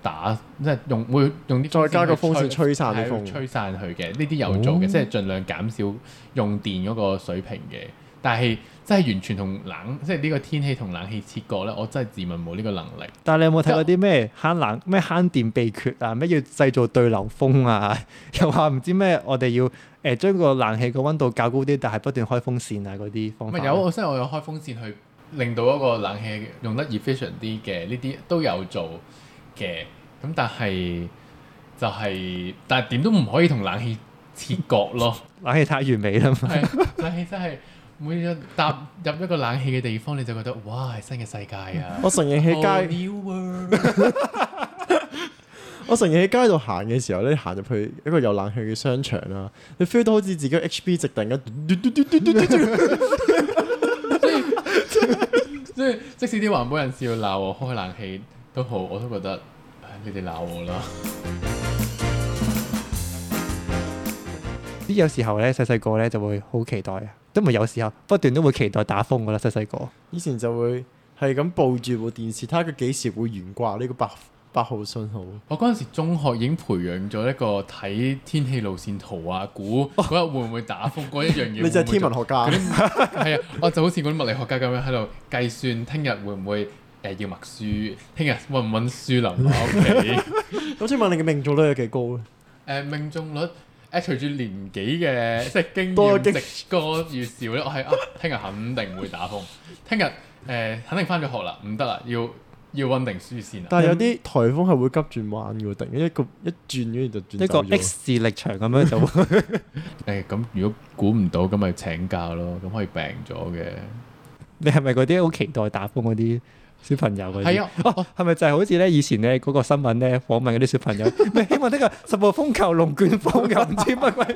[SPEAKER 1] 打即係用會用啲
[SPEAKER 3] 再加個風扇
[SPEAKER 1] 去
[SPEAKER 3] 吹散啲
[SPEAKER 1] 係
[SPEAKER 3] 風
[SPEAKER 1] 吹散佢嘅，呢啲有做嘅，
[SPEAKER 3] 哦
[SPEAKER 1] 即係盡量減少用電嗰個水平嘅。但係真係完全同冷，即係呢個天氣同冷氣切割咧，我真係自問冇呢個能力。
[SPEAKER 2] 但係你有冇睇過啲咩慳冷咩慳電秘訣啊？咩要製造對流風啊？ 又話唔知咩我哋要誒將個冷氣個温度較高啲，但係不斷開風扇啊嗰啲方
[SPEAKER 1] 咪
[SPEAKER 2] 法。
[SPEAKER 1] 有，我即係我有開風扇去令到嗰個冷氣用得 efficient 啲嘅，呢啲都有做嘅。咁但係就係、但係點都唔可以同冷氣切割 咯。
[SPEAKER 2] 冷氣太完美啦嘛。
[SPEAKER 1] 係冷氣真係每日踏入一個冷氣嘅地方，你就覺得哇係新嘅世界啊！
[SPEAKER 3] 我承認 喺街，
[SPEAKER 1] All new world
[SPEAKER 3] 我承認喺街度行嘅時候咧，行入去一個有冷氣嘅商場啦，你 feel 到好似自己 HB 值突然間嘟嘟嘟嘟嘟嘟嘟
[SPEAKER 1] 即係即使啲環保人士要鬧我開冷氣都好，我都覺得唉你哋鬧我啦。
[SPEAKER 2] 啲有時候咧，細細個咧就會好期待啊，都唔係有時候，不斷都會期待打風噶啦，細細個。
[SPEAKER 3] 以前就會係咁抱住部電視，睇下佢幾時會懸掛呢個八八號信號。
[SPEAKER 1] 我嗰陣時中學已經培養咗一個睇天氣路線圖啊，估嗰日會唔會打風嗰一樣嘢。
[SPEAKER 3] 哦你就係天文 學家
[SPEAKER 1] 會唔會做。嗰啲係啊，我就好似嗰啲物理學家咁樣喺度計算，聽日會唔會誒、呃要默書，聽日温唔温書留唔 留喺屋企。
[SPEAKER 3] 咁請問你嘅命中率有幾高啊咧？
[SPEAKER 1] 誒命中率誒隨住年紀嘅即係經
[SPEAKER 3] 多經
[SPEAKER 1] 驗值多與少咧，我係啊，聽日肯定會打風，聽日誒肯定翻咗學啦，唔得啦，要要温定書先啊啦。
[SPEAKER 3] 但係有啲颱風係會急轉彎嘅喎，突然間一個一轉跟住就轉
[SPEAKER 2] 一個
[SPEAKER 3] 走咗
[SPEAKER 2] X 字力場咁樣就 會
[SPEAKER 1] 誒咁、如果估唔到，咁咪請假咯，咁可以病咗嘅。
[SPEAKER 2] 你係咪嗰啲好期待打風嗰啲？小朋友嗰啲。
[SPEAKER 1] 係啊，
[SPEAKER 2] 哦，係咪就係好似咧以前咧嗰個新聞咧訪問嗰啲小朋友， 咩希望呢個十號風球龍捲風又唔知乜 鬼，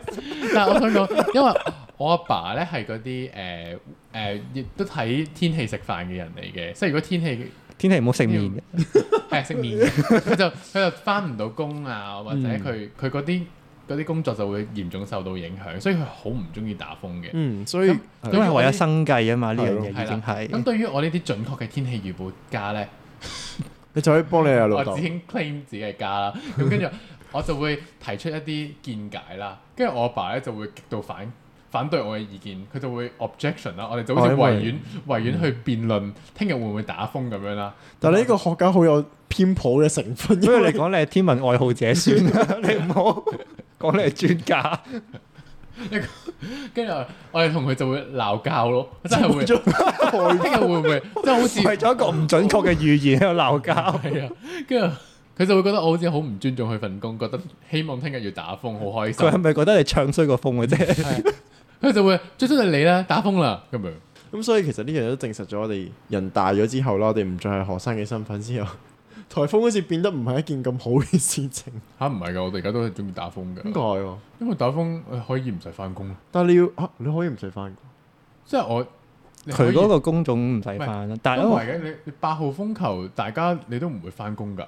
[SPEAKER 1] 但係我想講，因為 我阿爸咧係嗰啲誒誒，亦都睇天氣食飯嘅人嚟嘅，即係如果天氣
[SPEAKER 2] 天氣唔好食麵，
[SPEAKER 1] 係食麵嘅，佢就佢就翻唔到工啊，或者佢
[SPEAKER 2] 嗯
[SPEAKER 1] 佢嗰啲嗰啲工作就會嚴重受到影響，所以佢好唔中意打風嘅。
[SPEAKER 3] 嗯，所以
[SPEAKER 1] 咁
[SPEAKER 2] 因為
[SPEAKER 1] 咁
[SPEAKER 2] 為咗生計啊嘛，呢樣嘢
[SPEAKER 1] 係啦，
[SPEAKER 2] 已經
[SPEAKER 1] 嗯咁
[SPEAKER 2] 係。
[SPEAKER 1] 對於我呢啲準確嘅天氣預報家咧，
[SPEAKER 3] 你就可以幫你阿老
[SPEAKER 1] 我
[SPEAKER 3] 豆
[SPEAKER 1] 已。經 claim 自己係家啦。咁跟住我就會提出一啲見解啦。跟住我阿爸咧就會極度反反對我嘅意見，佢就會 objection 啦。我哋就好似
[SPEAKER 3] 哦因
[SPEAKER 1] 維
[SPEAKER 3] 為
[SPEAKER 1] 園維園去辯論，聽日會唔會打風咁樣啦。
[SPEAKER 3] 但係呢個學家好有偏頗嘅成分，因
[SPEAKER 2] 所以
[SPEAKER 3] 為
[SPEAKER 2] 你講你係天文愛好者算啦， 你唔好講你係專家。
[SPEAKER 1] 跟住我我哋同佢就會鬧交咯，真係會。
[SPEAKER 3] 咗
[SPEAKER 1] 聽日會唔會即係好 似
[SPEAKER 2] 為咗一個唔準確嘅預言喺度鬧 交。
[SPEAKER 1] 係啊？跟住佢就會覺得我好似好唔尊重佢份工，覺得希望聽日要打風，好開心
[SPEAKER 2] 佢。係咪覺得你唱衰個風嘅啫？
[SPEAKER 1] 佢就會最終就你啦，打風啦咁樣。
[SPEAKER 3] 咁所以其實呢樣都證實咗我哋人大咗之後啦，我哋唔再係學生嘅身份之後， 颱風好似變得唔係一件咁好嘅 事情。
[SPEAKER 1] 吓唔係㗎，我哋而家都係中意打風
[SPEAKER 3] 點
[SPEAKER 1] 㗎
[SPEAKER 3] 解。喎？
[SPEAKER 1] 因為打風誒可以唔使翻工，
[SPEAKER 3] 但係你要啊，你可以唔使翻工。
[SPEAKER 1] 即係我你可
[SPEAKER 2] 佢
[SPEAKER 1] 以
[SPEAKER 2] 嗰個工種唔使翻啦，但係
[SPEAKER 1] 都
[SPEAKER 2] 因
[SPEAKER 1] 唔
[SPEAKER 2] 為
[SPEAKER 1] 係嘅，你你八號風球，大家你都唔會翻工㗎，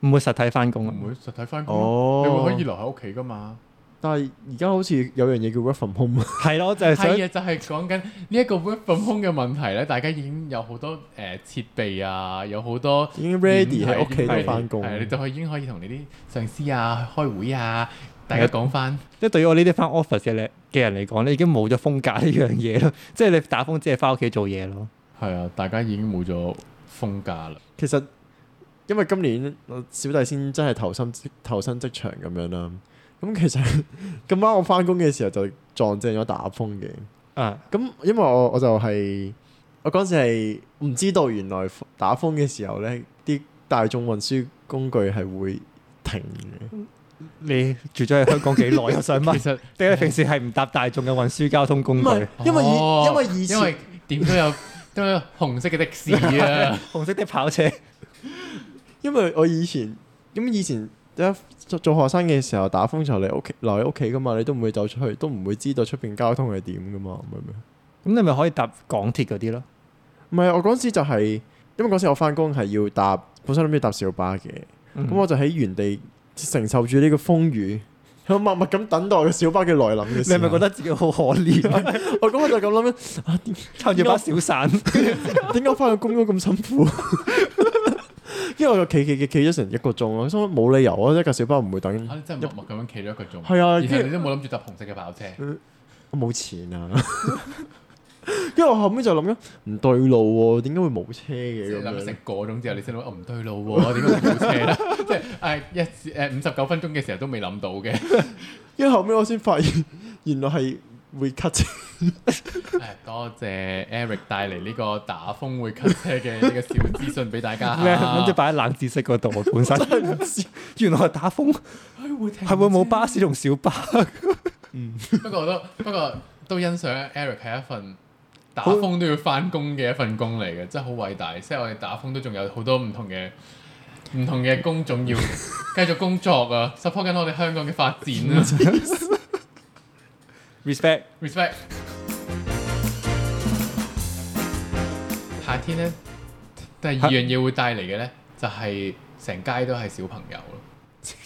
[SPEAKER 2] 唔會實體翻工啊。
[SPEAKER 1] 唔會實體翻工咯，你會
[SPEAKER 3] 哦，
[SPEAKER 1] 可以留喺屋企㗎嘛。
[SPEAKER 3] 但係而家好似有樣嘢叫 work from home，
[SPEAKER 2] 係咯，我就係想
[SPEAKER 1] 係啊，就係講緊呢一個 work from home 嘅問題咧，大家已經有好多誒設備啊，有好多
[SPEAKER 3] 已經 ready
[SPEAKER 1] 軟體
[SPEAKER 3] 喺屋企
[SPEAKER 1] 已經
[SPEAKER 3] 度
[SPEAKER 1] ready，
[SPEAKER 3] 翻工。
[SPEAKER 1] 係你就可以已經可以同你啲上司啊開會啊，大家講翻
[SPEAKER 2] 即係對於我呢啲翻 office 嘅咧嘅人嚟講咧，已經冇咗風格呢樣嘢咯。 即係你打風只係翻屋企做嘢咯。
[SPEAKER 1] 係啊，大家已經冇咗風假啦。
[SPEAKER 3] 其實因為今年呃小弟先真係投身投身職場咁樣啦。咁其實 咁啱我翻工嘅時候就撞正咗打風嘅。
[SPEAKER 2] 啊，
[SPEAKER 3] 咁因為我我就係、我嗰陣時係唔知道原來打風嘅時候咧，啲大眾運輸工具係會停嘅。
[SPEAKER 2] 你住咗喺香港幾耐？我想
[SPEAKER 1] 其
[SPEAKER 2] 問，
[SPEAKER 1] 實
[SPEAKER 2] 定係平時係唔搭大眾嘅運輸交通工
[SPEAKER 3] 唔
[SPEAKER 2] 具？
[SPEAKER 3] 係因為以、
[SPEAKER 1] 哦
[SPEAKER 3] 因為以前
[SPEAKER 1] 因為點都有 都有紅色嘅的士啊，
[SPEAKER 2] 紅色的跑車
[SPEAKER 3] 因為我以前咁以前一做做學生嘅時候打風就你屋企留喺屋企噶嘛，你都唔會走出去，都唔會知道出邊交通係點噶嘛，明唔明？
[SPEAKER 2] 咁你咪可以搭港鐵嗰啲咯。
[SPEAKER 3] 唔係，我嗰陣時就係、因為嗰陣時我翻工係要搭，本身諗住搭小巴嘅，咁、
[SPEAKER 2] 嗯
[SPEAKER 3] 我就喺原地承受住呢個風雨，我默默咁等待個小巴嘅來臨嘅
[SPEAKER 2] 你
[SPEAKER 3] 時
[SPEAKER 2] 係
[SPEAKER 3] 候。
[SPEAKER 2] 咪覺得自己好可憐？啊
[SPEAKER 3] 我嗰刻就咁諗，
[SPEAKER 2] 撐住把小傘，
[SPEAKER 3] 點解翻去公工咁辛苦？因為我企企企企咗成一個鐘咯，我心諗冇理由啊，一架小巴唔會等，
[SPEAKER 1] 啊你真係默默咁樣企咗一個鐘，
[SPEAKER 3] 係啊
[SPEAKER 1] 然
[SPEAKER 3] 跟
[SPEAKER 1] 後
[SPEAKER 3] 住
[SPEAKER 1] 你都冇諗住搭紅色嘅跑車，
[SPEAKER 3] 我冇錢啊。因為我後尾就諗緊唔對路喎、點解會冇車
[SPEAKER 1] 即
[SPEAKER 3] 嘅
[SPEAKER 1] 係
[SPEAKER 3] 咁
[SPEAKER 1] 諗食
[SPEAKER 3] 樣？
[SPEAKER 1] 個鐘之後，你先諗哦唔對路喎，點解會冇車咧？ 即係誒一時誒五十九分鐘嘅時候都未諗到嘅，
[SPEAKER 3] 因為後尾我先發現原來係會 cut 車。
[SPEAKER 1] 誒多謝 Eric 帶嚟呢個打風會 cut 車嘅呢個小資訊俾大家
[SPEAKER 2] 你係諗 住
[SPEAKER 1] 嚇，
[SPEAKER 2] 擺喺冷知識嗰度啊 本身。原來打風
[SPEAKER 1] 係會停
[SPEAKER 2] 係會冇巴士同小巴，
[SPEAKER 1] 不過我都不過都欣賞 Eric 係一份打風都要翻工嘅一份工嚟嘅，真係好偉大。即係我哋打風都仲有好多唔同嘅唔同嘅工種要繼續工作啊，support 緊我哋香港嘅發展啊
[SPEAKER 2] respect。
[SPEAKER 1] ，respect。夏天咧，第二樣嘢會帶嚟嘅咧，就係、成街都係小朋友咯。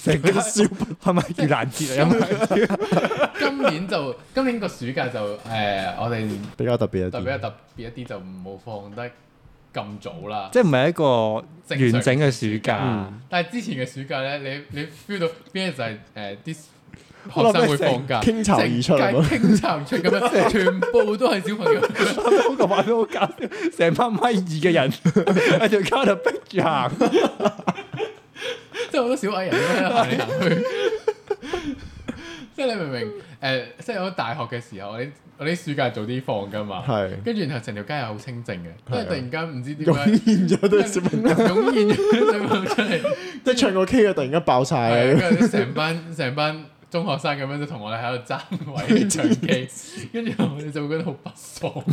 [SPEAKER 2] 成
[SPEAKER 3] 個
[SPEAKER 2] 個
[SPEAKER 3] 小
[SPEAKER 2] 小係咪盂蘭節啊？
[SPEAKER 1] 今年就今年個暑假就誒、呃我哋
[SPEAKER 3] 比較特別一
[SPEAKER 1] 特別啊
[SPEAKER 3] 啲。
[SPEAKER 1] 特別一啲就冇放得咁早啦。
[SPEAKER 2] 即係唔係一個完整嘅暑假？
[SPEAKER 3] 嗯
[SPEAKER 1] 但係之前嘅暑假咧，你你 feel 到邊就係誒啲
[SPEAKER 3] 我
[SPEAKER 1] 學
[SPEAKER 3] 諗
[SPEAKER 1] 生會放假，
[SPEAKER 3] 成傾巢而出啊
[SPEAKER 1] 成街傾巢而出咁樣，全部都係小朋友。
[SPEAKER 2] 嗰個畫面好搞笑，成班米二嘅 人喺條街度逼住行，
[SPEAKER 1] 即係好多小矮人咁樣行嚟行去。即係你明唔明？誒、即係我大學嘅時候，我啲我啲暑假早啲放㗎嘛，
[SPEAKER 3] 係
[SPEAKER 1] 跟住然後成條街係好清靜嘅，即係突然間唔知點解
[SPEAKER 3] 湧現咗都係小 朋友，
[SPEAKER 1] 湧現咗小朋友出嚟，
[SPEAKER 3] 即係唱個 K 啊！突然間爆晒
[SPEAKER 1] 係
[SPEAKER 3] 啊！
[SPEAKER 1] 跟住成班 成班中學生咁樣就同我哋喺度 爭位唱 K，跟住我哋就會覺得好不爽。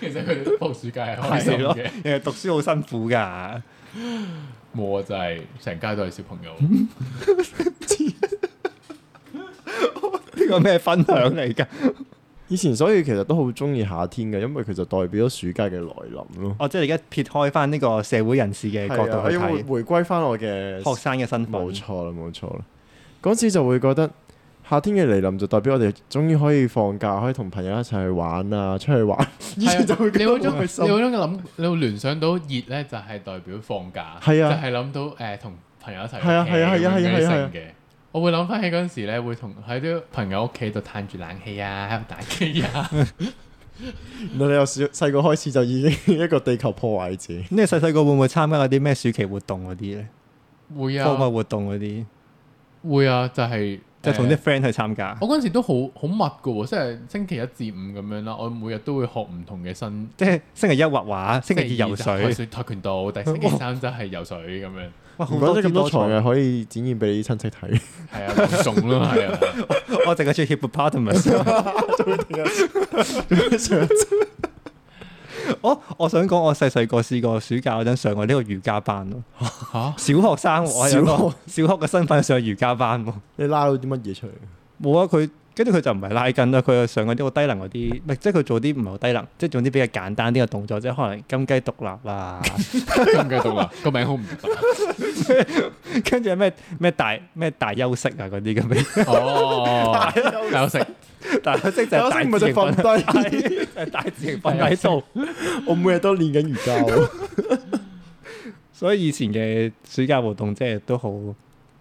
[SPEAKER 1] 其實佢哋放暑假係開心
[SPEAKER 2] 係咯
[SPEAKER 1] 嘅，
[SPEAKER 2] 人哋讀書好辛苦㗎。
[SPEAKER 1] 冇啊，就係成街都係小朋 友。
[SPEAKER 2] 呢個咩分享嚟㗎？
[SPEAKER 3] 嗯以前所以其實都好中意夏天嘅，因為佢就代表咗暑假嘅來臨咯。
[SPEAKER 2] 哦，即係你而家撇開翻呢個社會人士嘅角
[SPEAKER 3] 係啊
[SPEAKER 2] 度去
[SPEAKER 3] 因為
[SPEAKER 2] 睇
[SPEAKER 3] 回歸翻我嘅
[SPEAKER 2] 學生嘅身份，
[SPEAKER 3] 冇錯啦，冇錯啦。嗰時就會覺得夏天嘅嚟臨就代表我哋終於可以放假，可以同朋友一齊去玩啊，出去玩。 以前就會
[SPEAKER 1] 你
[SPEAKER 3] 覺
[SPEAKER 1] 會
[SPEAKER 3] 得
[SPEAKER 1] 種你
[SPEAKER 3] 好開
[SPEAKER 1] 會
[SPEAKER 3] 心。
[SPEAKER 1] 種諗，你會聯想到熱咧就係代表放假，
[SPEAKER 3] 係啊
[SPEAKER 1] 就係諗到誒同朋友一齊
[SPEAKER 3] 係啊係啊係啊係啊係啊係啊
[SPEAKER 1] 嘅。我會諗翻起嗰陣時咧，會同喺啲朋友屋企度嘆住冷氣啊，喺度打機 啊，
[SPEAKER 3] 原來你由小細個開始就已經 一個地球破壞者。
[SPEAKER 2] 咁你細細個會唔會參加嗰啲咩暑期活動嗰啲咧？
[SPEAKER 1] 會
[SPEAKER 2] 課外
[SPEAKER 1] 啊
[SPEAKER 2] 活動嗰啲，
[SPEAKER 1] 會啊，就係
[SPEAKER 2] 就同
[SPEAKER 3] 啊
[SPEAKER 1] 誒
[SPEAKER 2] 啲 friend 去參加，
[SPEAKER 1] 我嗰陣時都好好密嘅喎，即係星期一至五咁樣啦，我每日都會學唔同嘅新。
[SPEAKER 2] 即係星期一畫畫，星期二
[SPEAKER 1] 星期就
[SPEAKER 2] 游水
[SPEAKER 1] 學，水跆拳 道，第星期三就係游水咁樣，
[SPEAKER 2] 哇！好
[SPEAKER 3] 唔怪
[SPEAKER 2] 多
[SPEAKER 3] 得
[SPEAKER 2] 姿
[SPEAKER 3] 咁多
[SPEAKER 2] 多
[SPEAKER 3] 才
[SPEAKER 2] 彩啊！
[SPEAKER 3] 藝可以展現俾親戚睇。
[SPEAKER 1] 係啊，朗誦咯， 係啊。
[SPEAKER 2] 我淨係中意 hippopotamus。我哦我想講，我細細個試過暑假嗰陣上過呢個瑜伽班咯。
[SPEAKER 1] 嚇
[SPEAKER 2] 小學生喎我有個
[SPEAKER 3] 小
[SPEAKER 2] 小學嘅身份上瑜伽班喎。
[SPEAKER 3] 你拉到啲乜嘢出嚟？
[SPEAKER 2] 冇啊，佢跟住佢就唔係拉筋啦，佢係上嗰啲好低能嗰啲，唔係即係佢做啲唔係好低能，即係做啲比較簡單啲嘅動作，即係可能金雞獨立啊，
[SPEAKER 1] 咁繼續啊，個名好唔得。
[SPEAKER 2] 跟住有咩咩大咩大休息啊嗰啲咁嘅，
[SPEAKER 1] 哦，有食
[SPEAKER 2] 大休息就係
[SPEAKER 3] 有
[SPEAKER 2] 大
[SPEAKER 3] 時 咪就
[SPEAKER 2] 字
[SPEAKER 3] 瞓
[SPEAKER 2] 瞓
[SPEAKER 3] 低。
[SPEAKER 2] 低， 就係大字型瞓喺度。
[SPEAKER 3] 我每日都練緊瑜伽喎。
[SPEAKER 2] 所以以前嘅暑假活動即係都好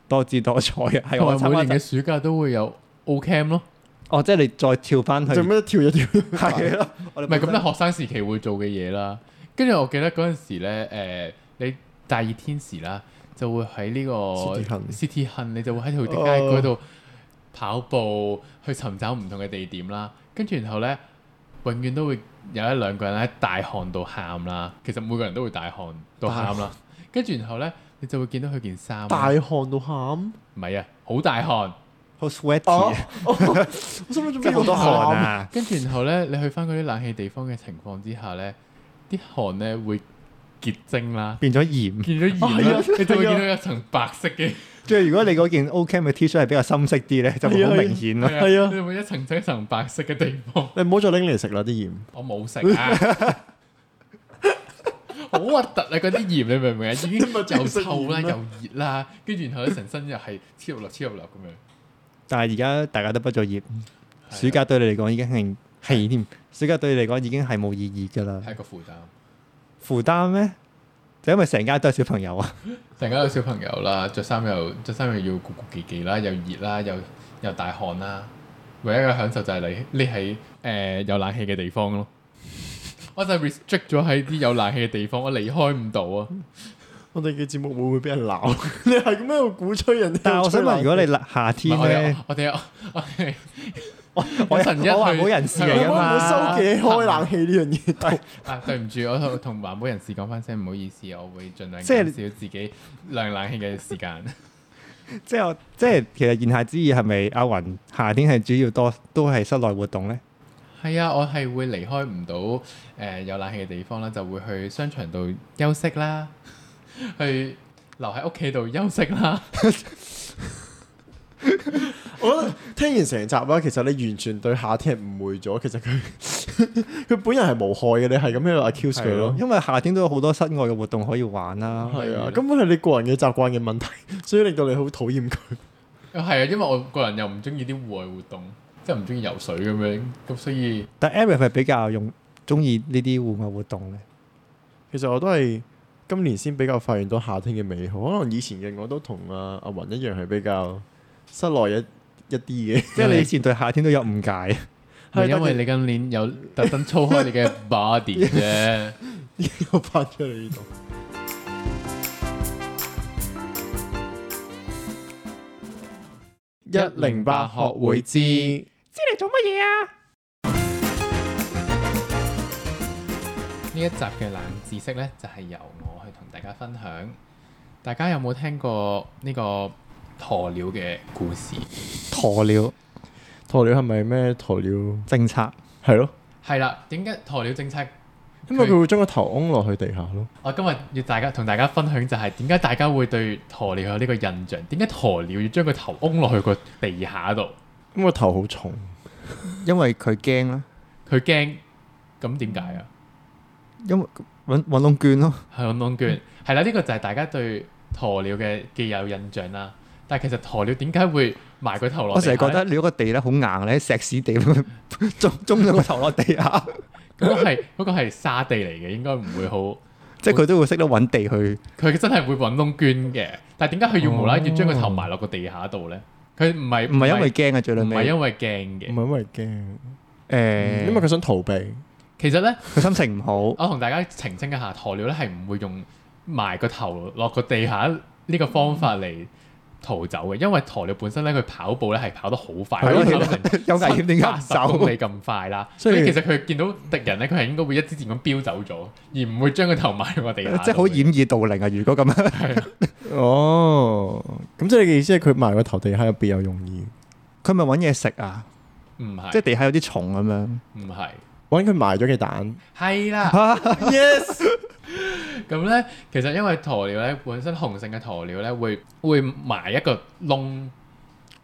[SPEAKER 2] 多姿多彩嘅，係
[SPEAKER 1] 同
[SPEAKER 2] 我
[SPEAKER 1] 埋每
[SPEAKER 2] 參加
[SPEAKER 1] 年嘅
[SPEAKER 2] 就
[SPEAKER 1] 暑假都會有 O Cam 咯，
[SPEAKER 2] 哦，即係你再跳翻去
[SPEAKER 3] 做咩跳一跳？啊
[SPEAKER 2] 係 咯，我哋
[SPEAKER 1] 唔係咁
[SPEAKER 2] 本身
[SPEAKER 1] 你學生時期會做嘅嘢啦。跟住我記得嗰陣時咧，誒你大熱天時啦，就會喺呢個
[SPEAKER 3] City Hunt
[SPEAKER 1] City Hunt，你就會喺條街嗰度跑步，去尋找唔同嘅地點啦。跟住然後咧，永遠都會有一兩個人喺大汗度喊啦。其實每個人都會大汗到喊啦。跟住然後咧，你就會見到佢件衫啦啊
[SPEAKER 3] 大汗到喊。
[SPEAKER 1] 唔係啊，好大汗。
[SPEAKER 2] 好 sweaty 啊，
[SPEAKER 3] 哦 我心諗做
[SPEAKER 2] 即
[SPEAKER 3] 咩
[SPEAKER 2] 係好多汗！啊，
[SPEAKER 1] 跟住然後咧，你去翻嗰啲冷氣地方嘅情況之下咧，啲汗咧會結晶啦，
[SPEAKER 2] 變咗鹽。
[SPEAKER 1] 見咗鹽
[SPEAKER 3] 係
[SPEAKER 1] 啦
[SPEAKER 3] 啊，
[SPEAKER 1] 你就會
[SPEAKER 3] 係啊
[SPEAKER 1] 見到一層白色嘅，
[SPEAKER 2] 即係如果你嗰件 O K 嘅 T 恤係比較深色啲咧，就會好明顯咯。
[SPEAKER 3] 係啊
[SPEAKER 1] 你會一層一層白色嘅地方。
[SPEAKER 3] 你唔好再拎嚟食啦啲鹽。
[SPEAKER 1] 我冇食啊， 好核突啊！嗰啲鹽你明唔明啊？已 經
[SPEAKER 3] 咪
[SPEAKER 1] 又
[SPEAKER 3] 就係食
[SPEAKER 1] 臭啦，
[SPEAKER 3] 鹽啦啊
[SPEAKER 1] 又熱啦，跟住然後咧成身又係黐入落黐入落咁樣。
[SPEAKER 2] 但係而家大家都畢咗業，
[SPEAKER 1] 係啊
[SPEAKER 2] 暑假對你嚟講已經係係添，暑假對你嚟講已經係冇意義㗎啦。
[SPEAKER 1] 係一個負擔。
[SPEAKER 2] 負擔咩？就因為成家都係小朋友 啊，
[SPEAKER 1] 成家有小朋友啦，着衫又着衫又要顧顧忌忌啦，又熱啦，又又大汗啦。唯一嘅享受就係你匿喺誒有冷氣嘅地方咯。 我就 restrict 咗喺啲有冷氣嘅地方，我離開唔到啊。
[SPEAKER 3] 我哋嘅節目會唔會俾人鬧？ 你係咁喺度鼓吹人哋？
[SPEAKER 2] 但係我想問，如果你夏天
[SPEAKER 1] 我哋
[SPEAKER 2] 咧，
[SPEAKER 1] 我哋我哋
[SPEAKER 2] 我
[SPEAKER 1] 一陣一去
[SPEAKER 2] 我環保人士
[SPEAKER 1] 係
[SPEAKER 2] 嚟
[SPEAKER 1] 啊
[SPEAKER 2] 㗎
[SPEAKER 1] 我
[SPEAKER 2] 嘛
[SPEAKER 3] 收，幾開冷氣呢樣嘢？
[SPEAKER 1] 啊對唔住，我同同環保人士講翻聲唔好意思，我會盡量
[SPEAKER 2] 即係
[SPEAKER 1] 減少自己涼冷氣嘅時間。
[SPEAKER 2] 即係我即係其實言下之意係咪阿雲夏天係主要多都係室內活動咧？
[SPEAKER 1] 係啊，我係會離開唔到誒有冷氣嘅地方啦，就會去商場度休息啦， 去留喺屋企度休息啦。
[SPEAKER 3] 我覺得聽完成集啦，其實你完全對夏天係誤會咗。其實佢佢 本人係無害嘅，你係咁樣去 accuse 佢咯。
[SPEAKER 2] 因為夏天都有好多室外嘅活動可以玩啦。
[SPEAKER 3] 係啊，
[SPEAKER 1] 係
[SPEAKER 3] 根本係你個人嘅習慣嘅問題，所以令到你好討厭佢。
[SPEAKER 1] 啊係啊，因為我個人又唔中意啲戶外活動，即係唔中意游水咁樣，咁所以
[SPEAKER 2] 但 Eric 係比較用中意呢啲戶外活動咧。
[SPEAKER 3] 其實我都係今年先比較發現到夏天嘅美好。可能以前嘅我都同阿阿雲一樣係比較室內一一啲嘅。
[SPEAKER 2] 即係你以前對夏天都有誤解，
[SPEAKER 1] 係
[SPEAKER 3] 係
[SPEAKER 1] 因為你今年有特登操開你 嘅 body 啫。
[SPEAKER 3] 又拍出嚟呢度。一零八學會知，
[SPEAKER 2] 知你做乜嘢啊？
[SPEAKER 1] 呢一集嘅冷知識呢，就係、由我去同大家分享。大家有冇聽過呢個鴕鳥嘅故事？
[SPEAKER 2] 鴕鳥
[SPEAKER 3] 鴕鳥係咪咩鴕鳥？
[SPEAKER 2] 政策
[SPEAKER 3] 係咯，
[SPEAKER 1] 係啦，點解鴕鳥政策
[SPEAKER 3] 因為佢會將個頭嗡落去地下咯。
[SPEAKER 1] 我今日要大家同大家分享就係點解大家會對鴕鳥有呢個印象？點解鴕鳥要將個頭嗡落去個地下度？
[SPEAKER 3] 咁個頭好重，
[SPEAKER 2] 因為佢驚啦，
[SPEAKER 1] 佢驚，咁點解啊？
[SPEAKER 2] 因為揾揾窿捐咯，
[SPEAKER 1] 係咁窿捐，係啦，呢個就係大家對鴕鳥嘅既有印象啦。但係其實鴕鳥點解會埋個頭落
[SPEAKER 2] 我
[SPEAKER 1] 地
[SPEAKER 2] 成
[SPEAKER 1] 下
[SPEAKER 2] 日
[SPEAKER 1] 呢？
[SPEAKER 2] 覺得你嗰個地咧好硬咧，石屎地咁樣 中中咗個頭落地下，
[SPEAKER 1] 嗰個係嗰個係沙地嚟嘅，應該唔會好。
[SPEAKER 2] 即係佢都會識得揾地去。
[SPEAKER 1] 佢真係會揾窿捐嘅，但係點解佢要無啦啦要將個頭埋落個地下度咧？佢唔係
[SPEAKER 2] 唔係因為驚啊，最
[SPEAKER 1] 唔
[SPEAKER 2] 撚
[SPEAKER 1] 係
[SPEAKER 2] 尾
[SPEAKER 1] 因為驚
[SPEAKER 3] 唔
[SPEAKER 1] 嘅。
[SPEAKER 3] 係因為驚，
[SPEAKER 2] 誒，
[SPEAKER 3] 嗯因為佢想逃避。
[SPEAKER 1] 其實咧，
[SPEAKER 2] 佢心情唔好，
[SPEAKER 1] 我同大家澄清一下，鴕鳥咧係唔會用埋個頭落個地下呢個方法嚟逃走嘅，因為鴕鳥本身咧佢跑步咧係跑得好快，
[SPEAKER 2] 係咯
[SPEAKER 1] 可以跑得成
[SPEAKER 2] 有危險點解唔
[SPEAKER 1] 70公
[SPEAKER 2] 走？啊
[SPEAKER 1] 里咁快啦。所
[SPEAKER 3] 所以
[SPEAKER 1] 以其實佢見到敵人咧，佢係應該會一支箭咁飆走咗，而唔會將個頭埋落個地下度嘅。
[SPEAKER 2] 即係好掩耳盜鈴啊！如果咁樣，
[SPEAKER 3] 哦，咁即係你嘅意思係佢埋個頭地下入邊有用意，
[SPEAKER 2] 佢咪揾嘢食啊？
[SPEAKER 1] 唔
[SPEAKER 2] 即係
[SPEAKER 1] 係
[SPEAKER 2] 地下有啲蟲咁樣。
[SPEAKER 1] 唔係
[SPEAKER 3] 揾佢埋咗嘅蛋。
[SPEAKER 1] 係啦。
[SPEAKER 3] Yes，
[SPEAKER 1] 咁咧，其實因為鴕鳥咧，本身雄性嘅鴕鳥咧，會會埋一個窿，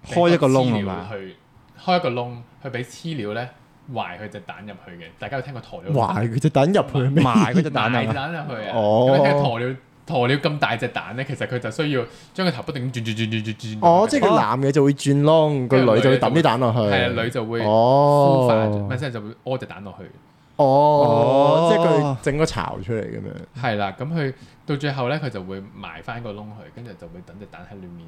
[SPEAKER 2] 開一個窿
[SPEAKER 1] 俾
[SPEAKER 2] 係
[SPEAKER 1] 個
[SPEAKER 2] 嘛
[SPEAKER 1] 雌鳥去開一個窿，去俾雌鳥咧懷佢隻蛋入去嘅。大家有聽過鴕鳥
[SPEAKER 3] 埋佢隻蛋入去咩？
[SPEAKER 2] 埋嗰 隻蛋
[SPEAKER 1] 埋
[SPEAKER 2] 啊
[SPEAKER 1] 隻
[SPEAKER 2] 嘛，
[SPEAKER 1] 蛋入去啊？
[SPEAKER 3] 哦
[SPEAKER 1] 咁你聽鴕鳥鴕鳥咁大隻蛋咧，其實佢就需要將個頭不斷咁轉轉轉轉轉轉。
[SPEAKER 3] 哦，即係
[SPEAKER 1] 係
[SPEAKER 3] 個男嘅就會轉窿，個女就會抌啲蛋落去。
[SPEAKER 1] 係啊，女就會孵化，
[SPEAKER 3] 哦
[SPEAKER 1] 唔係即係就會屙隻蛋落去。
[SPEAKER 3] 哦，即係佢整個巢出嚟咁樣。
[SPEAKER 1] 係啦，咁佢到最後咧，佢就會埋翻個窿去，跟住就會等隻蛋喺裡面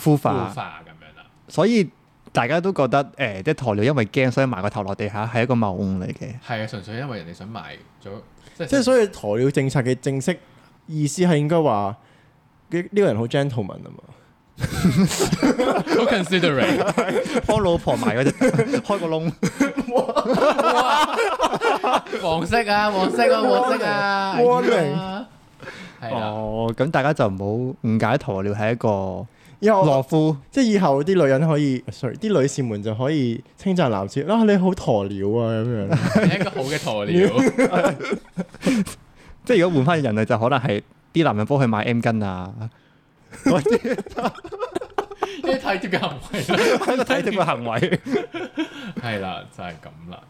[SPEAKER 2] 孵
[SPEAKER 1] 孵
[SPEAKER 2] 化，
[SPEAKER 1] 化咁樣啦。
[SPEAKER 2] 所以大家都覺得誒，即係鴕鳥因為驚，所以埋個頭落地下係一個謬誤嚟 嘅。
[SPEAKER 1] 係啊，純粹因為人哋想賣咗，即
[SPEAKER 3] 即係
[SPEAKER 1] 係
[SPEAKER 3] 所以鴕鳥政策嘅正式意思係應該話呢呢個人好 gentleman 啊嘛。
[SPEAKER 1] 好 considering。
[SPEAKER 2] 幫老婆 埋嗰隻，開個窿，
[SPEAKER 1] 黃色啊，黃 色啊，黃色啊
[SPEAKER 3] Warning
[SPEAKER 1] 啊係啦，
[SPEAKER 2] 哦，咁大家就唔好誤解鴕鳥係一個
[SPEAKER 3] 以後
[SPEAKER 2] 懦夫，
[SPEAKER 3] 即係以後啲女人可以，sorry，啲女士們就可以稱讚男士啦、啊，你好鴕鳥啊咁 樣。
[SPEAKER 1] 係一個好嘅鴕鳥，
[SPEAKER 2] 即係如果換翻人類就可能係啲男人幫佢買 M 巾 啊，嗰啲
[SPEAKER 1] 因為太貼嘅行為啦。
[SPEAKER 2] 喺度睇定個行為。
[SPEAKER 1] 係啦，就係咁啦，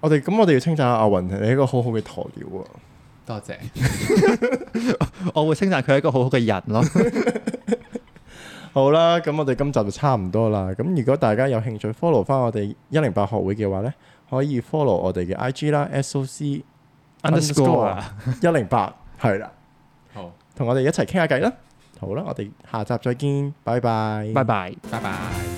[SPEAKER 3] 我哋咁，我哋要稱讚下阿雲，你係一個好好嘅鴕鳥啊！
[SPEAKER 1] 多謝。
[SPEAKER 2] 我會稱讚佢係一個好好嘅人咯。
[SPEAKER 3] 好啦，咁我哋今集就差唔多啦。咁如果大家有興趣 follow 翻我哋一零八學會嘅話咧，可以 follow 我哋嘅 IG 啦，SOC
[SPEAKER 2] Underscore 啊
[SPEAKER 3] 一零八 係啦，
[SPEAKER 1] 好，
[SPEAKER 3] 同我哋一齊傾下偈啦。好啦，我哋下集再見，拜拜，
[SPEAKER 2] 拜拜。
[SPEAKER 1] 拜拜。